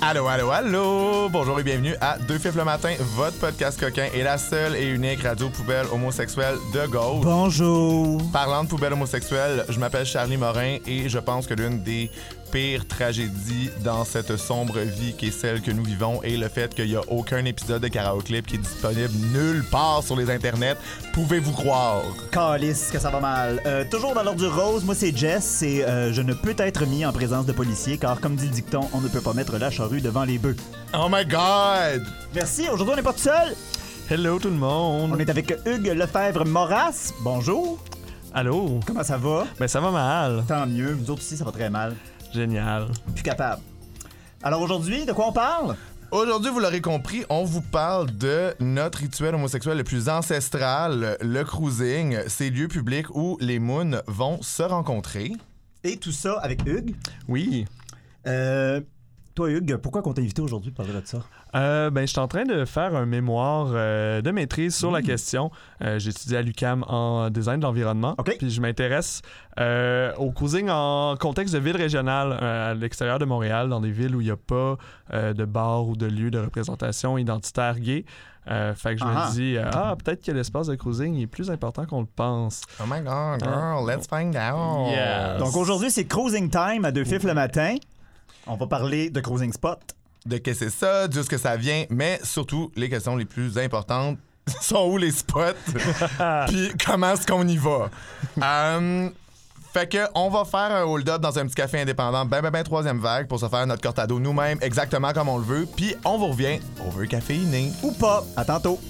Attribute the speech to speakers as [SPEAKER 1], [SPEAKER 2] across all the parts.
[SPEAKER 1] Allô, allô, allô! Bonjour et bienvenue à Deux Fifs le matin, votre podcast coquin et la seule et unique radio poubelle homosexuelle de gauche.
[SPEAKER 2] Bonjour.
[SPEAKER 1] Parlant de poubelle homosexuelle, je m'appelle Charlie Morin et je pense que l'une des pires tragédies dans cette sombre vie qui est celle que nous vivons est le fait qu'il n'y a aucun épisode de Karaoke Clip qui est disponible nulle part sur les internets. Pouvez-vous croire?
[SPEAKER 2] Calice, que ça va mal. Euh, toujours dans l'ordre du rose, moi c'est Jess et euh, je ne peux être mis en présence de policiers car, comme dit le dicton, on ne peut pas mettre la charrue devant les bœufs.
[SPEAKER 1] Oh my god!
[SPEAKER 2] Merci, aujourd'hui on n'est pas tout seul.
[SPEAKER 3] Hello tout le
[SPEAKER 2] On
[SPEAKER 3] monde.
[SPEAKER 2] est avec Hugues Lefebvre-Moras. Bonjour.
[SPEAKER 3] Allô.
[SPEAKER 2] Comment ça va?
[SPEAKER 3] Ben ça va mal.
[SPEAKER 2] Tant mieux. Nous autres ici, ça va très mal.
[SPEAKER 3] Génial.
[SPEAKER 2] Plus capable. Alors aujourd'hui, de quoi on parle?
[SPEAKER 1] Aujourd'hui, vous l'aurez compris, on vous parle de notre rituel homosexuel le plus ancestral, le cruising, ces lieux publics où les moons vont se rencontrer.
[SPEAKER 2] Et tout ça avec Hugues.
[SPEAKER 3] Oui.
[SPEAKER 2] Euh, toi, Hugues, pourquoi qu'on t'a invité aujourd'hui pour parler de ça?
[SPEAKER 3] Euh, ben je suis en train de faire un mémoire euh, de maîtrise sur la
[SPEAKER 2] Mm.
[SPEAKER 3] question. Euh, J'étudie à l'UCAM en design de l'environnement.
[SPEAKER 2] OK.
[SPEAKER 3] Puis je m'intéresse euh, au cruising en contexte de ville régionale euh, à l'extérieur de Montréal, dans des villes où il n'y a pas euh, de bar ou de lieu de représentation identitaire gay. Euh, fait que je
[SPEAKER 2] Ah ah.
[SPEAKER 3] me dis, euh, ah, peut-être que l'espace de cruising est plus important qu'on le pense.
[SPEAKER 1] Oh my god, girl, let's find out.
[SPEAKER 3] Yes.
[SPEAKER 2] Donc aujourd'hui, c'est Cruising Time à deux fifs le matin. On va parler de Cruising Spot.
[SPEAKER 1] De que c'est ça, d'où ce que ça vient, mais surtout, les questions les plus importantes sont où les spots, puis comment est-ce qu'on y va. Hum, fait que on va faire un hold-up dans un petit café indépendant, ben ben ben troisième vague, pour se faire notre cortado nous-mêmes, exactement comme on le veut, puis on vous revient, on veut caféiner.
[SPEAKER 2] Ou pas. À tantôt.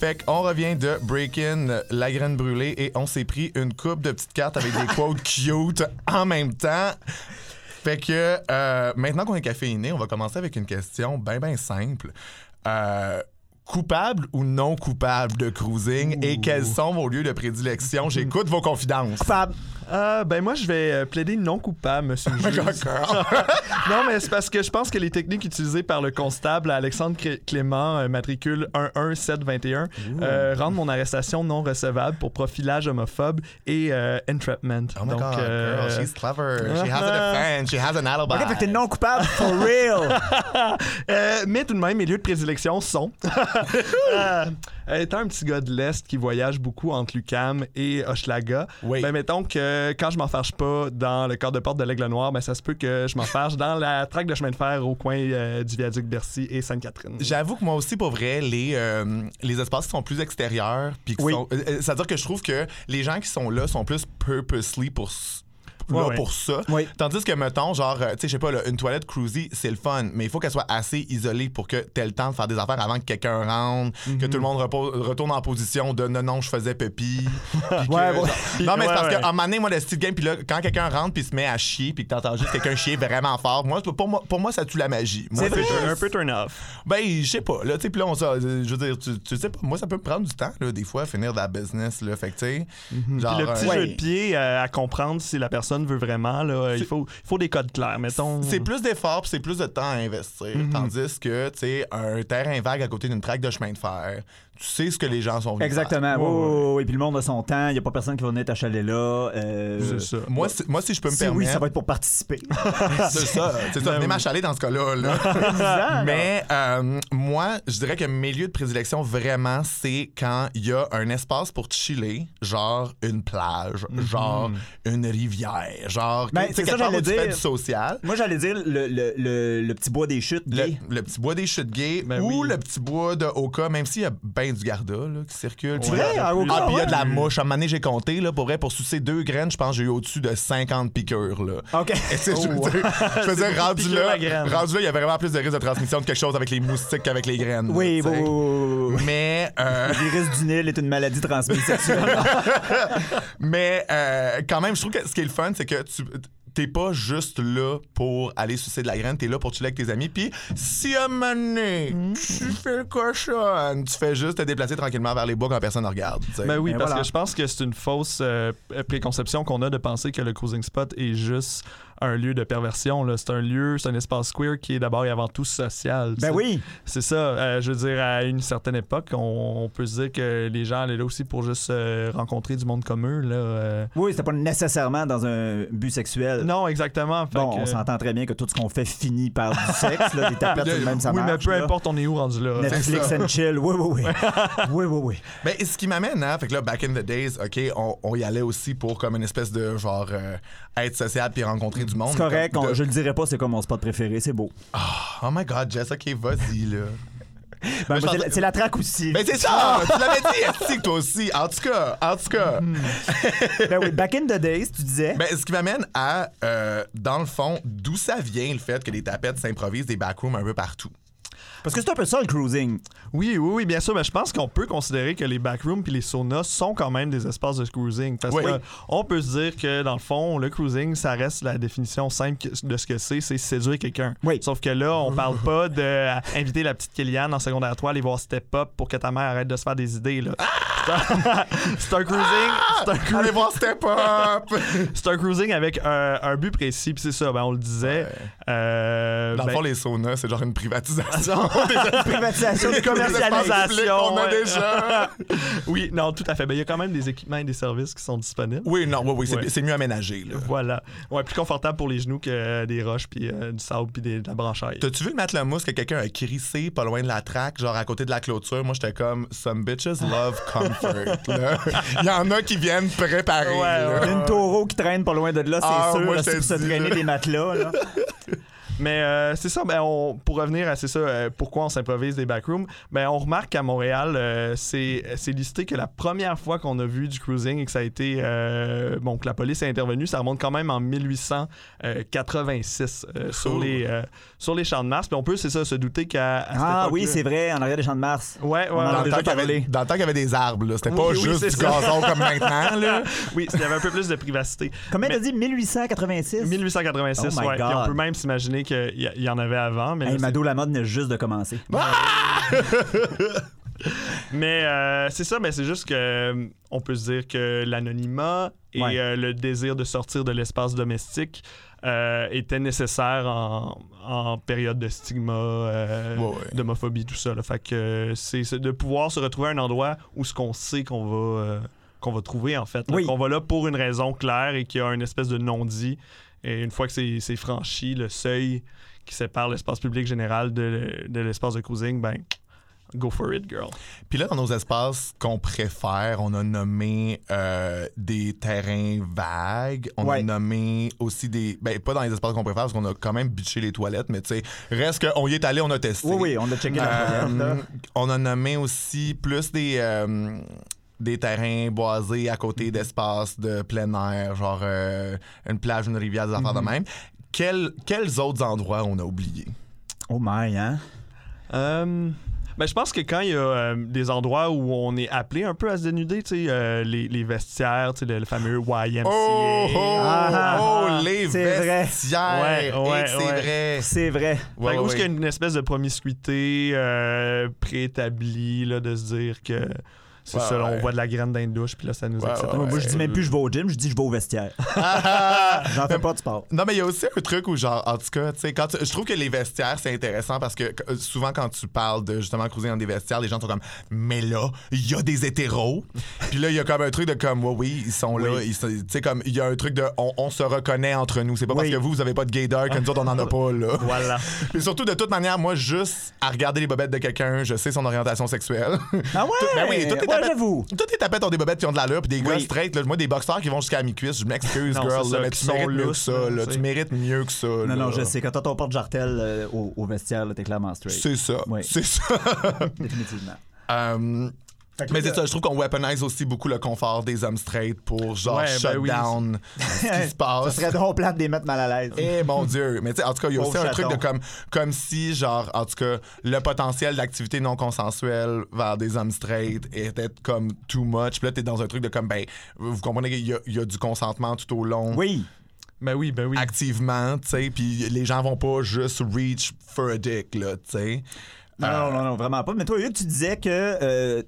[SPEAKER 1] Fait qu'on revient de Breakin, la graine brûlée, et on s'est pris une coupe de petites cartes avec des quotes cute en même temps. Fait que euh, maintenant qu'on est caféiné, on va commencer avec une question bien, bien simple. Euh, coupable ou non coupable de cruising et quels sont vos lieux de prédilection? J'écoute vos confidences.
[SPEAKER 2] Fab.
[SPEAKER 3] Euh, ben moi, je vais euh, plaider non coupable, monsieur le juge. non, mais c'est parce que je pense que les techniques utilisées par le constable Alexandre Cré- Clément, euh, matricule 11721, euh, rendent mon arrestation non recevable pour profilage homophobe et euh, entrapment.
[SPEAKER 1] Oh my
[SPEAKER 3] Donc,
[SPEAKER 1] god,
[SPEAKER 3] euh,
[SPEAKER 1] girl, she's clever. She has a defense. She has an alibi.
[SPEAKER 2] OK, fait que t'es non coupable for real.
[SPEAKER 3] Euh, mais tout de même, mes lieux de prédilection sont. Euh, étant un petit gars de l'Est qui voyage beaucoup entre Lucam et Hochelaga,
[SPEAKER 1] Oui.
[SPEAKER 3] ben, mettons que quand je m'en fâche pas dans le corps de porte de l'Aigle Noir, ben, ça se peut que je m'en fâche dans la traque de chemin de fer au coin euh, du viaduc Bercy et Sainte-Catherine.
[SPEAKER 1] J'avoue que moi aussi, pour vrai, les, euh, les espaces qui sont plus extérieurs, puis qui
[SPEAKER 3] Oui.
[SPEAKER 1] sont. euh, euh, C'est-à-dire que je trouve que les gens qui sont là sont plus purposely pour. s-
[SPEAKER 3] Ouais,
[SPEAKER 1] là
[SPEAKER 3] ouais.
[SPEAKER 1] pour ça.
[SPEAKER 2] Oui.
[SPEAKER 1] Tandis que, mettons, genre, euh, tu sais, je sais pas, là, une toilette cruisy, c'est le fun, mais il faut qu'elle soit assez isolée pour que t'aies le temps de faire des affaires avant que quelqu'un rentre,
[SPEAKER 3] Mhm.
[SPEAKER 1] que tout le monde repose- retourne en position de non, non, je faisais pipi. puis que-
[SPEAKER 2] Ouais, ouais.
[SPEAKER 1] genre- Non, mais c'est
[SPEAKER 3] Ouais,
[SPEAKER 1] parce
[SPEAKER 3] ouais.
[SPEAKER 1] qu'à un moment donné, moi, le style game, puis là, quand quelqu'un rentre puis se met à chier, puis que t'entends juste quelqu'un chier vraiment fort, moi, pour moi, pour moi ça tue la magie. Moi,
[SPEAKER 3] C'est un peu turn off.
[SPEAKER 1] ben, je sais pas. Là, tu sais, puis là, on sort- euh, Je veux dire, tu, tu sais pas, moi, ça peut me prendre du temps, là, des fois, à finir de la business, là. Fait que, tu sais. genre,
[SPEAKER 3] Mhm. Puis le petit
[SPEAKER 1] euh,
[SPEAKER 3] jeu de pied euh, à comprendre si la personne veut vraiment, là, euh, il, faut, il faut des codes clairs, mettons.
[SPEAKER 1] C'est plus d'efforts, puis c'est plus de temps à investir.
[SPEAKER 3] Mhm.
[SPEAKER 1] Tandis que, tu sais, un terrain vague à côté d'une traque de chemin de fer, tu sais ce que les gens sont venus
[SPEAKER 2] Exactement.
[SPEAKER 3] Ouais, ouais.
[SPEAKER 2] Oh, Et puis le monde a son temps. Il n'y a pas personne qui va venir t'achaler là. Euh,
[SPEAKER 3] C'est ça.
[SPEAKER 1] faire. Moi, si, moi, si je peux me
[SPEAKER 2] si
[SPEAKER 1] permettre.
[SPEAKER 2] oui, ça va être pour participer.
[SPEAKER 1] C'est ça. C'est ça. Venez m'achaler dans ce cas-là. là.
[SPEAKER 2] Bizarre.
[SPEAKER 1] Mais euh, moi, je dirais que mes lieux de prédilection, vraiment, c'est quand il y a un espace pour chiller, genre une plage, genre une rivière, genre
[SPEAKER 2] Mhm. Ben,
[SPEAKER 1] tu
[SPEAKER 2] c'est
[SPEAKER 1] sais,
[SPEAKER 2] ça,
[SPEAKER 1] quelque part où
[SPEAKER 2] j'allais
[SPEAKER 1] tu fais du
[SPEAKER 2] dire.
[SPEAKER 1] social.
[SPEAKER 2] Moi, j'allais dire le, le- le- le petit bois des chutes.
[SPEAKER 1] Le,
[SPEAKER 2] gay.
[SPEAKER 1] le petit bois des chutes gays
[SPEAKER 3] Ben
[SPEAKER 1] ou
[SPEAKER 3] oui.
[SPEAKER 1] le petit bois de Oka, même s'il y a ben du Garda là, qui circule. Puis
[SPEAKER 3] Ouais.
[SPEAKER 1] là-
[SPEAKER 2] Vrai, à Oka,
[SPEAKER 1] Ah, puis il y a
[SPEAKER 2] ouais.
[SPEAKER 1] de la mouche. À un moment donné, j'ai compté, là, pour vrai, pour sucer deux graines, je pense que j'ai eu au-dessus de 50 piqûres. Là.
[SPEAKER 2] OK. Oh,
[SPEAKER 1] Et c'est- je veux dire, je veux dire,
[SPEAKER 3] beaucoup de
[SPEAKER 1] rendu
[SPEAKER 3] piqûres
[SPEAKER 1] là,
[SPEAKER 3] à graines.
[SPEAKER 1] rendu là, il y a vraiment plus de risque de transmission de quelque chose avec les moustiques qu'avec les graines. là,
[SPEAKER 2] Oui,
[SPEAKER 1] tu sais.
[SPEAKER 2] oui, oui, oui, oui, oui.
[SPEAKER 1] Mais, euh,
[SPEAKER 2] Le virus du Nil est une maladie transmise sexuelle.
[SPEAKER 1] mais euh, quand même, je trouve que ce qui est le fun, c'est que tu t'es pas juste là pour aller sucer de la graine, t'es là pour chiller avec tes amis. Puis si à un moment donné,
[SPEAKER 2] Mm.
[SPEAKER 1] tu fais le cochon, tu fais juste te déplacer tranquillement vers les bois quand personne ne regarde. tu sais.
[SPEAKER 3] Ben oui,
[SPEAKER 2] Ben
[SPEAKER 3] parce
[SPEAKER 2] voilà.
[SPEAKER 3] que je pense que c'est une fausse euh, préconception qu'on a de penser que le cruising spot est juste un lieu de perversion. là. C'est un lieu, c'est un espace queer qui est d'abord et avant tout social. tu
[SPEAKER 2] Ben
[SPEAKER 3] sais.
[SPEAKER 2] oui.
[SPEAKER 3] C'est ça. euh, je veux dire, à une certaine époque, on, on peut se dire que les gens allaient là aussi pour juste euh, rencontrer du monde comme eux. Là, euh.
[SPEAKER 2] Oui, c'était pas nécessairement dans un but sexuel.
[SPEAKER 3] Non, exactement. Fait
[SPEAKER 2] Bon,
[SPEAKER 3] que-
[SPEAKER 2] on s'entend très bien que tout ce qu'on fait finit par du sexe. Là, des tapettes, tout de même, ça
[SPEAKER 3] oui, mais
[SPEAKER 2] marche.
[SPEAKER 3] peu
[SPEAKER 2] là.
[SPEAKER 3] importe, on est où rendu là.
[SPEAKER 2] Netflix
[SPEAKER 1] C'est ça.
[SPEAKER 2] and chill. Oui, oui, oui. oui, oui, oui.
[SPEAKER 1] Ben, ce qui m'amène, hein, fait que là, back in the days, OK, on, on y allait aussi pour comme une espèce de genre euh, être social puis rencontrer du monde.
[SPEAKER 2] C'est correct.
[SPEAKER 1] Comme
[SPEAKER 2] on-
[SPEAKER 1] de-
[SPEAKER 2] je le dirais pas, c'est comme mon spot préféré. C'est beau.
[SPEAKER 1] Oh my god, Jess, OK, vas-y, là.
[SPEAKER 2] Ben,
[SPEAKER 1] Mais
[SPEAKER 2] moi,
[SPEAKER 1] je
[SPEAKER 2] c'est-
[SPEAKER 1] pense-
[SPEAKER 2] c'est la traque aussi.
[SPEAKER 1] Ben, c'est ça!
[SPEAKER 2] Ah!
[SPEAKER 1] tu l'avais dit, Esti, que toi aussi. En tout cas, en tout cas.
[SPEAKER 2] Mm-hmm. Ben oui, back in the days, tu disais.
[SPEAKER 1] Ben, ce qui m'amène à, euh, dans le fond, d'où ça vient le fait que les tapettes s'improvisent des backrooms un peu partout.
[SPEAKER 2] Parce que c'est un peu ça le cruising.
[SPEAKER 3] Oui, oui, oui, bien sûr, mais je pense qu'on peut considérer que les backrooms puis les saunas sont quand même des espaces de cruising. Parce
[SPEAKER 1] Oui.
[SPEAKER 3] que on peut se dire que, dans le fond, le cruising, ça reste la définition simple que- de ce que c'est, c'est séduire quelqu'un.
[SPEAKER 2] Oui.
[SPEAKER 3] Sauf que là, on parle pas de euh, inviter la petite Kéliane en secondaire 3 à aller voir Step Up pour que ta mère arrête de se faire des idées. là.
[SPEAKER 1] Ah!
[SPEAKER 3] c'est un cruising. c'est un cruising.
[SPEAKER 1] Allez voir Step Up!
[SPEAKER 3] C'est un cruising avec un, un but précis, puis c'est ça, ben, on le disait. Euh,
[SPEAKER 1] Dans le
[SPEAKER 3] ben,
[SPEAKER 1] fond, les saunas, c'est genre une privatisation.
[SPEAKER 2] Privatisation
[SPEAKER 1] des
[SPEAKER 2] de commercialisation.
[SPEAKER 1] espaces publics qu'on a
[SPEAKER 3] ouais.
[SPEAKER 1] déjà.
[SPEAKER 3] Oui, non, tout à fait. Ben, Il y a quand même des équipements et des services qui sont disponibles.
[SPEAKER 1] Oui, non, oui, oui, c'est
[SPEAKER 3] Ouais.
[SPEAKER 1] c'est mieux aménagé, là.
[SPEAKER 3] Voilà. Ouais, plus confortable pour les genoux que euh, des roches, puis euh, du sable, puis des- de la branchaille.
[SPEAKER 1] T'as-tu vu le matelas mousse que quelqu'un a crissé pas loin de la traque, genre à côté de la clôture? Moi, j'étais comme Some bitches love comfort. là. Il y en a qui viennent préparer.
[SPEAKER 3] Ouais,
[SPEAKER 1] là.
[SPEAKER 2] Une taureau qui traîne pas loin de là, c'est
[SPEAKER 1] Ah,
[SPEAKER 2] sûr,
[SPEAKER 1] moi,
[SPEAKER 2] là,
[SPEAKER 1] je
[SPEAKER 2] c'est
[SPEAKER 1] te
[SPEAKER 2] pour se
[SPEAKER 1] dis,
[SPEAKER 2] traîner
[SPEAKER 1] là.
[SPEAKER 2] des matelas. là.
[SPEAKER 3] Mais euh, c'est ça, ben, on- pour revenir à c'est ça, euh, pourquoi on s'improvise des backrooms, ben, on remarque qu'à Montréal, euh, c'est c'est listé que la première fois qu'on a vu du cruising et que ça a été. euh, bon, que la police est intervenue, ça remonte quand même en 1886 euh, sur,
[SPEAKER 1] Cool.
[SPEAKER 3] les, euh, sur les champs de Mars. Puis on peut, c'est ça, se douter qu'à. à cette
[SPEAKER 2] Ah oui,
[SPEAKER 3] époque-là-
[SPEAKER 2] c'est vrai, en arrière des champs de Mars.
[SPEAKER 3] Ouais, ouais,
[SPEAKER 2] On en a
[SPEAKER 1] Dans le,
[SPEAKER 3] ouais.
[SPEAKER 2] déjà
[SPEAKER 1] temps qu'il y
[SPEAKER 2] parlé.
[SPEAKER 1] avait, dans le temps qu'il y avait des arbres, là. c'était
[SPEAKER 3] Oui,
[SPEAKER 1] pas
[SPEAKER 3] oui,
[SPEAKER 1] juste
[SPEAKER 3] c'est
[SPEAKER 1] du
[SPEAKER 3] ça.
[SPEAKER 1] gazon comme maintenant. Là.
[SPEAKER 3] Oui, il y avait un peu plus de privacité.
[SPEAKER 2] Combien
[SPEAKER 3] Mais-
[SPEAKER 2] t'as dit 1886
[SPEAKER 3] 1886,
[SPEAKER 2] Oh my
[SPEAKER 3] ouais. Puis
[SPEAKER 2] God.
[SPEAKER 3] on peut même s'imaginer qu'il y, a- il y en avait avant. Mais, là,
[SPEAKER 2] Hey,
[SPEAKER 3] c'est-
[SPEAKER 2] Mado, la mode n'a juste de commencer.
[SPEAKER 3] mais euh, c'est ça, mais c'est juste que euh, on peut se dire que l'anonymat et
[SPEAKER 2] Ouais.
[SPEAKER 3] euh, le désir de sortir de l'espace domestique euh, étaient nécessaires en, en période de stigma, euh,
[SPEAKER 1] Ouais, ouais.
[SPEAKER 3] d'homophobie, tout ça. là. Fait que euh, c'est c'est de pouvoir se retrouver à un endroit où ce qu'on sait qu'on va euh, qu'on va trouver en fait, là.
[SPEAKER 2] Oui.
[SPEAKER 3] qu'on va là pour une raison claire et qu'il y a une espèce de non-dit. Et une fois que c'est c'est franchi, le seuil qui sépare l'espace public général de, de l'espace de cruising, ben, go for it, girl.
[SPEAKER 1] Puis là, dans nos espaces qu'on préfère, on a nommé euh, des terrains vagues, on
[SPEAKER 2] Ouais.
[SPEAKER 1] a nommé aussi des. Ben, pas dans les espaces qu'on préfère parce qu'on a quand même butché les toilettes, mais tu sais, reste qu'on y est allé, on a testé.
[SPEAKER 2] Oui, oui, on a checké la
[SPEAKER 1] Euh,
[SPEAKER 2] première. là.
[SPEAKER 1] on a nommé aussi plus des, euh, des terrains boisés à
[SPEAKER 2] Mhm.
[SPEAKER 1] côté d'espaces de plein air, genre euh, une plage, une rivière, des
[SPEAKER 2] Mhm.
[SPEAKER 1] affaires de même. Quels, quels autres endroits on a oubliés?
[SPEAKER 2] Oh my, hein?
[SPEAKER 3] Euh, ben, je pense que quand il y a euh, des endroits où on est appelé un peu à se dénuder, tu sais, euh, les, les vestiaires, tu sais, le, le fameux YMCA.
[SPEAKER 1] Oh, oh,
[SPEAKER 2] Ah,
[SPEAKER 1] oh,
[SPEAKER 2] ah,
[SPEAKER 1] les
[SPEAKER 2] c'est vrai.
[SPEAKER 1] vestiaires!
[SPEAKER 3] Ouais, ouais,
[SPEAKER 1] Et c'est
[SPEAKER 3] ouais.
[SPEAKER 1] vrai!
[SPEAKER 2] C'est vrai.
[SPEAKER 3] Fait
[SPEAKER 1] Ouais,
[SPEAKER 3] que où
[SPEAKER 1] ouais,
[SPEAKER 3] est-ce qu'il y a
[SPEAKER 1] ouais.
[SPEAKER 3] une espèce de promiscuité euh, préétablie, là, de se dire que c'est
[SPEAKER 1] Ouais,
[SPEAKER 3] ça, là,
[SPEAKER 1] ouais.
[SPEAKER 3] on voit de la graine dans une douche, puis là, ça nous
[SPEAKER 1] Ouais,
[SPEAKER 3] excite.
[SPEAKER 1] ouais, ouais.
[SPEAKER 2] Moi, je dis même plus je vais au gym, je dis je vais au vestiaire. J'en fais pas de sport.
[SPEAKER 1] Non, mais il y a aussi un truc où, genre, en tout cas, tu sais, quand tu- je trouve que les vestiaires, c'est intéressant parce que euh, souvent, quand tu parles de justement cruiser dans des vestiaires, les gens sont comme, mais là, il y a des hétéros. Puis là, il y a comme un truc de comme, ouais, oui, ils sont là. ils sont- Tu sais, comme, il y a un truc de, on, on se reconnaît entre nous. C'est pas parce
[SPEAKER 2] Oui.
[SPEAKER 1] que vous, vous avez pas de gaydar que nous autres, on en a pas, là.
[SPEAKER 3] Voilà.
[SPEAKER 1] Puis surtout, de toute manière, moi, juste à regarder les bobettes de quelqu'un, je sais son orientation sexuelle.
[SPEAKER 2] Ah ouais?
[SPEAKER 1] Tout- ben oui, tout est
[SPEAKER 2] ouais,
[SPEAKER 1] tapé-
[SPEAKER 2] j'avoue.
[SPEAKER 1] Toutes les tapettes ont des bobettes qui ont de la l'allure, puis des gars
[SPEAKER 2] Oui.
[SPEAKER 1] straight, là, moi, des boxeurs qui vont jusqu'à mi-cuisse, je m'excuse,
[SPEAKER 3] Non,
[SPEAKER 1] girl,
[SPEAKER 3] c'est
[SPEAKER 1] là,
[SPEAKER 3] ça,
[SPEAKER 1] mais
[SPEAKER 3] qui
[SPEAKER 1] tu
[SPEAKER 3] sont
[SPEAKER 1] mérites mieux que
[SPEAKER 3] lousses,
[SPEAKER 1] ça,
[SPEAKER 3] là,
[SPEAKER 1] là,
[SPEAKER 3] tu sais.
[SPEAKER 1] tu mérites mieux que ça.
[SPEAKER 2] Non, non, je sais. Quand t'as ton porte-jartel euh, au, au vestiaire, là, t'es clairement straight.
[SPEAKER 1] C'est ça,
[SPEAKER 2] Oui.
[SPEAKER 1] c'est ça.
[SPEAKER 2] Définitivement.
[SPEAKER 1] Euh,
[SPEAKER 2] Fait que
[SPEAKER 1] mais
[SPEAKER 2] là,
[SPEAKER 1] c'est ça, je trouve qu'on weaponise aussi beaucoup le confort des hommes straight pour genre
[SPEAKER 3] Ouais, ben
[SPEAKER 1] shut
[SPEAKER 3] oui.
[SPEAKER 1] down ce qui se
[SPEAKER 2] Ça
[SPEAKER 1] passe.
[SPEAKER 2] serait drôle plate de les mettre mal à l'aise.
[SPEAKER 1] Eh mon Dieu! Mais tu sais, en tout cas, il y a aussi
[SPEAKER 2] Pauvre
[SPEAKER 1] un truc de
[SPEAKER 2] chaton.
[SPEAKER 1] comme, comme si, genre, en tout cas, le potentiel d'activité non consensuelle vers des hommes straight était comme too much. Puis là, t'es dans un truc de comme, ben, vous comprenez qu'il y, a- il y a du consentement tout au long.
[SPEAKER 2] Oui.
[SPEAKER 3] Ben oui, ben oui.
[SPEAKER 1] activement, tu sais, puis les gens vont pas juste reach for a dick, là, tu sais.
[SPEAKER 2] Non,
[SPEAKER 1] Euh,
[SPEAKER 2] non, non, non, vraiment pas. Mais toi, Hugues, tu disais que euh,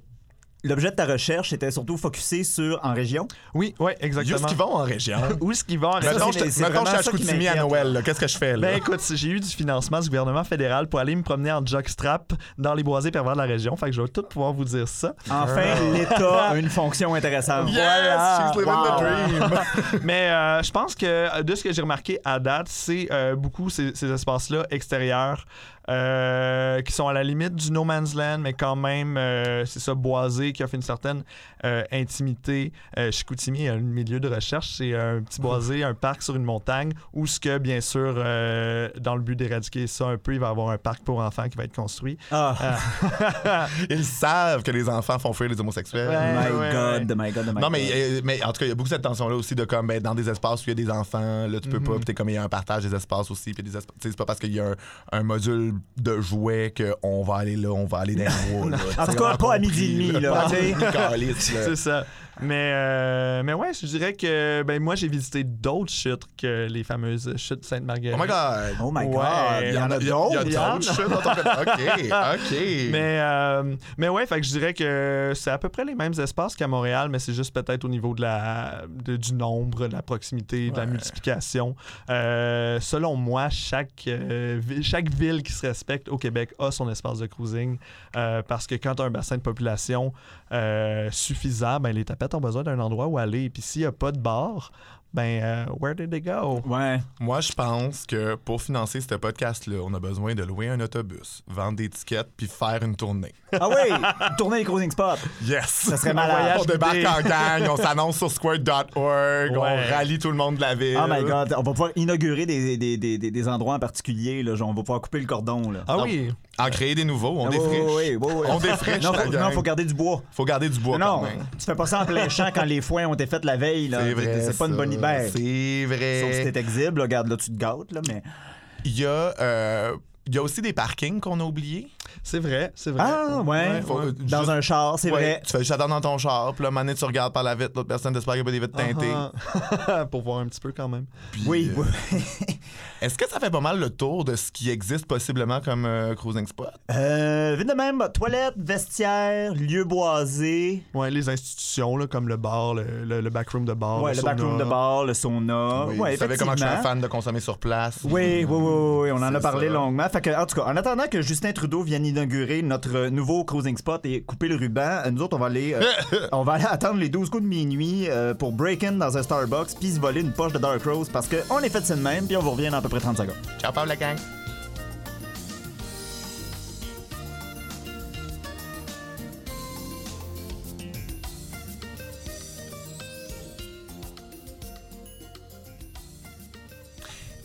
[SPEAKER 2] l'objet de ta recherche était surtout focusé sur en région.
[SPEAKER 3] Oui, oui, exactement.
[SPEAKER 1] Juste qu'ils vont en région.
[SPEAKER 3] Où est-ce qu'ils vont en
[SPEAKER 1] Mettons,
[SPEAKER 2] c'est-
[SPEAKER 1] je te-
[SPEAKER 2] c'est
[SPEAKER 1] mettons,
[SPEAKER 2] vraiment
[SPEAKER 1] je suis à
[SPEAKER 2] ça qui
[SPEAKER 1] Chicoutimi à
[SPEAKER 2] m'inquiète,
[SPEAKER 1] Noël. là. Qu'est-ce que je fais, là?
[SPEAKER 3] Ben écoute, j'ai eu du financement du gouvernement fédéral pour aller me promener en jockstrap dans les boisés pervers de la région. Fait que je vais tout pouvoir vous dire ça.
[SPEAKER 2] Enfin, l'État a Ah. une fonction intéressante.
[SPEAKER 1] yes!
[SPEAKER 3] voilà.
[SPEAKER 1] She's living
[SPEAKER 2] Wow.
[SPEAKER 1] the dream!
[SPEAKER 3] Mais euh, je pense que euh, de ce que j'ai remarqué à date, c'est euh, beaucoup ces, ces espaces-là extérieurs euh, qui sont à la limite du no man's land, mais quand même, euh, c'est ça, boisé, qui offre une certaine euh, intimité. Euh, Chicoutimi est un milieu de recherche. C'est un petit boisé, un parc sur une montagne, où ce que, bien sûr, euh, dans le but d'éradiquer ça un peu, il va y avoir un parc pour enfants qui va être construit.
[SPEAKER 2] Ah,
[SPEAKER 1] Ils savent que les enfants font fuir les homosexuels.
[SPEAKER 3] Ouais.
[SPEAKER 2] Oh my,
[SPEAKER 3] ouais,
[SPEAKER 2] God,
[SPEAKER 3] ouais.
[SPEAKER 2] my God, oh my God.
[SPEAKER 1] Non, mais, euh, mais en tout cas, il y a beaucoup cette tension-là aussi de comme, ben, dans des espaces où il y a des enfants, là, tu peux
[SPEAKER 2] Mm-hmm.
[SPEAKER 1] pas, puis t'es comme, il y a un partage des espaces aussi, puis des espaces. tu sais, C'est pas parce qu'il y a un, un module de jouets qu'on va aller là, on va aller dans le bois. là.
[SPEAKER 2] En tout
[SPEAKER 1] C'est
[SPEAKER 2] cas,
[SPEAKER 1] vraiment
[SPEAKER 2] pas à midi et
[SPEAKER 1] compris,
[SPEAKER 2] demi, là.
[SPEAKER 1] Pas à midi et demi, calice, là.
[SPEAKER 3] C'est ça. Mais, euh, mais ouais, je dirais que ben, moi, j'ai visité d'autres chutes que les fameuses chutes Sainte-Marguerite.
[SPEAKER 1] Oh my god!
[SPEAKER 2] Oh my
[SPEAKER 3] Ouais,
[SPEAKER 2] God, il y en a
[SPEAKER 1] Il y a-
[SPEAKER 2] d'autres. hein?
[SPEAKER 1] Il y a
[SPEAKER 3] Yann.
[SPEAKER 1] d'autres choses dont on fait- OK, OK.
[SPEAKER 3] Mais, euh, mais ouais, fait que je dirais que c'est à peu près les mêmes espaces qu'à Montréal, mais c'est juste peut-être au niveau de la, de- du nombre, de la proximité, de la multiplication. Euh, selon moi, chaque, euh, vi- chaque ville qui se respecte au Québec a son espace de cruising euh, parce que quand tu as un bassin de population euh, suffisant, ben, les tapettes ont besoin d'un endroit où aller. Puis s'il n'y a pas de bar, ben, euh, where did they go?
[SPEAKER 2] Ouais.
[SPEAKER 1] Moi, je pense que pour financer ce podcast-là, on a besoin de louer un autobus, vendre des tickets, puis faire une tournée.
[SPEAKER 2] Ah oui, tourner les cruising spots.
[SPEAKER 1] Yes!
[SPEAKER 2] Ça serait
[SPEAKER 3] voyage
[SPEAKER 2] malade.
[SPEAKER 1] On débarque
[SPEAKER 3] guidé.
[SPEAKER 1] en gang, on s'annonce sur squirt.org,
[SPEAKER 3] Ouais.
[SPEAKER 1] on rallie tout le monde de la ville.
[SPEAKER 2] Oh my God, on va pouvoir inaugurer des, des, des, des, des endroits en particulier. Là, genre, on va pouvoir couper le cordon. Là.
[SPEAKER 3] Ah oui!
[SPEAKER 1] En créer des nouveaux, on
[SPEAKER 2] Ah,
[SPEAKER 1] défriche.
[SPEAKER 2] oui, oui, oui, oui.
[SPEAKER 1] On défriche,
[SPEAKER 2] Non,
[SPEAKER 1] la
[SPEAKER 2] faut,
[SPEAKER 1] gang.
[SPEAKER 2] non, faut garder du bois.
[SPEAKER 1] Faut garder du bois
[SPEAKER 2] non,
[SPEAKER 1] quand même.
[SPEAKER 2] tu fais pas ça en plein champ quand les foins ont été faits la veille. là.
[SPEAKER 1] C'est vrai.
[SPEAKER 2] C'est pas une
[SPEAKER 1] ça.
[SPEAKER 2] bonne idée.
[SPEAKER 1] C'est
[SPEAKER 2] Sauf si
[SPEAKER 1] vrai.
[SPEAKER 2] t'es exible, là, regarde, là, tu te gâtes, là, mais.
[SPEAKER 1] Il y, a, euh, il y a aussi des parkings qu'on a oubliés.
[SPEAKER 3] C'est vrai, c'est vrai.
[SPEAKER 2] Ah, ouais.
[SPEAKER 1] Faut- euh,
[SPEAKER 2] Dans
[SPEAKER 1] juste-
[SPEAKER 2] un char, c'est
[SPEAKER 1] Ouais,
[SPEAKER 2] vrai.
[SPEAKER 1] Tu fais juste attendre dans ton char, puis là, mané, tu regardes par la vitre, l'autre personne t'espère qu'il n'y a pas des vitres
[SPEAKER 2] Uh-huh.
[SPEAKER 1] teintées.
[SPEAKER 3] Ah-ha. Ah, Pour voir un petit peu quand même.
[SPEAKER 1] puis,
[SPEAKER 2] Oui,
[SPEAKER 1] euh,
[SPEAKER 2] oui.
[SPEAKER 1] Est-ce que ça fait pas mal le tour de ce qui existe possiblement comme euh, cruising spot?
[SPEAKER 2] Euh, vite de même, bah, toilette, vestiaire, lieu boisé,
[SPEAKER 3] Ouais, les institutions, là, comme le bar, le, le- le backroom de bar.
[SPEAKER 2] ouais, le
[SPEAKER 3] sauna.
[SPEAKER 2] backroom de bar, le sauna.
[SPEAKER 1] Ah, Oui,
[SPEAKER 2] Ah, ouais,
[SPEAKER 1] vous savez comment je suis un
[SPEAKER 2] effectivement.
[SPEAKER 1] fan de consommer sur place.
[SPEAKER 2] Oui, oui, oui, oui, on en
[SPEAKER 1] C'est
[SPEAKER 2] a parlé
[SPEAKER 1] ça.
[SPEAKER 2] longuement. Fait que, en tout cas, en attendant que Justin Trudeau vienne inaugurer notre euh, nouveau cruising spot et couper le ruban, euh, nous autres, on va aller, euh, on va aller attendre les 12 coups de minuit euh, pour break-in dans un Starbucks puis se voler une poche de Dark Rose parce qu'on est fait de ça de même puis on vous revient dans à peu près 30 secondes.
[SPEAKER 1] Ciao, Pablo la gang.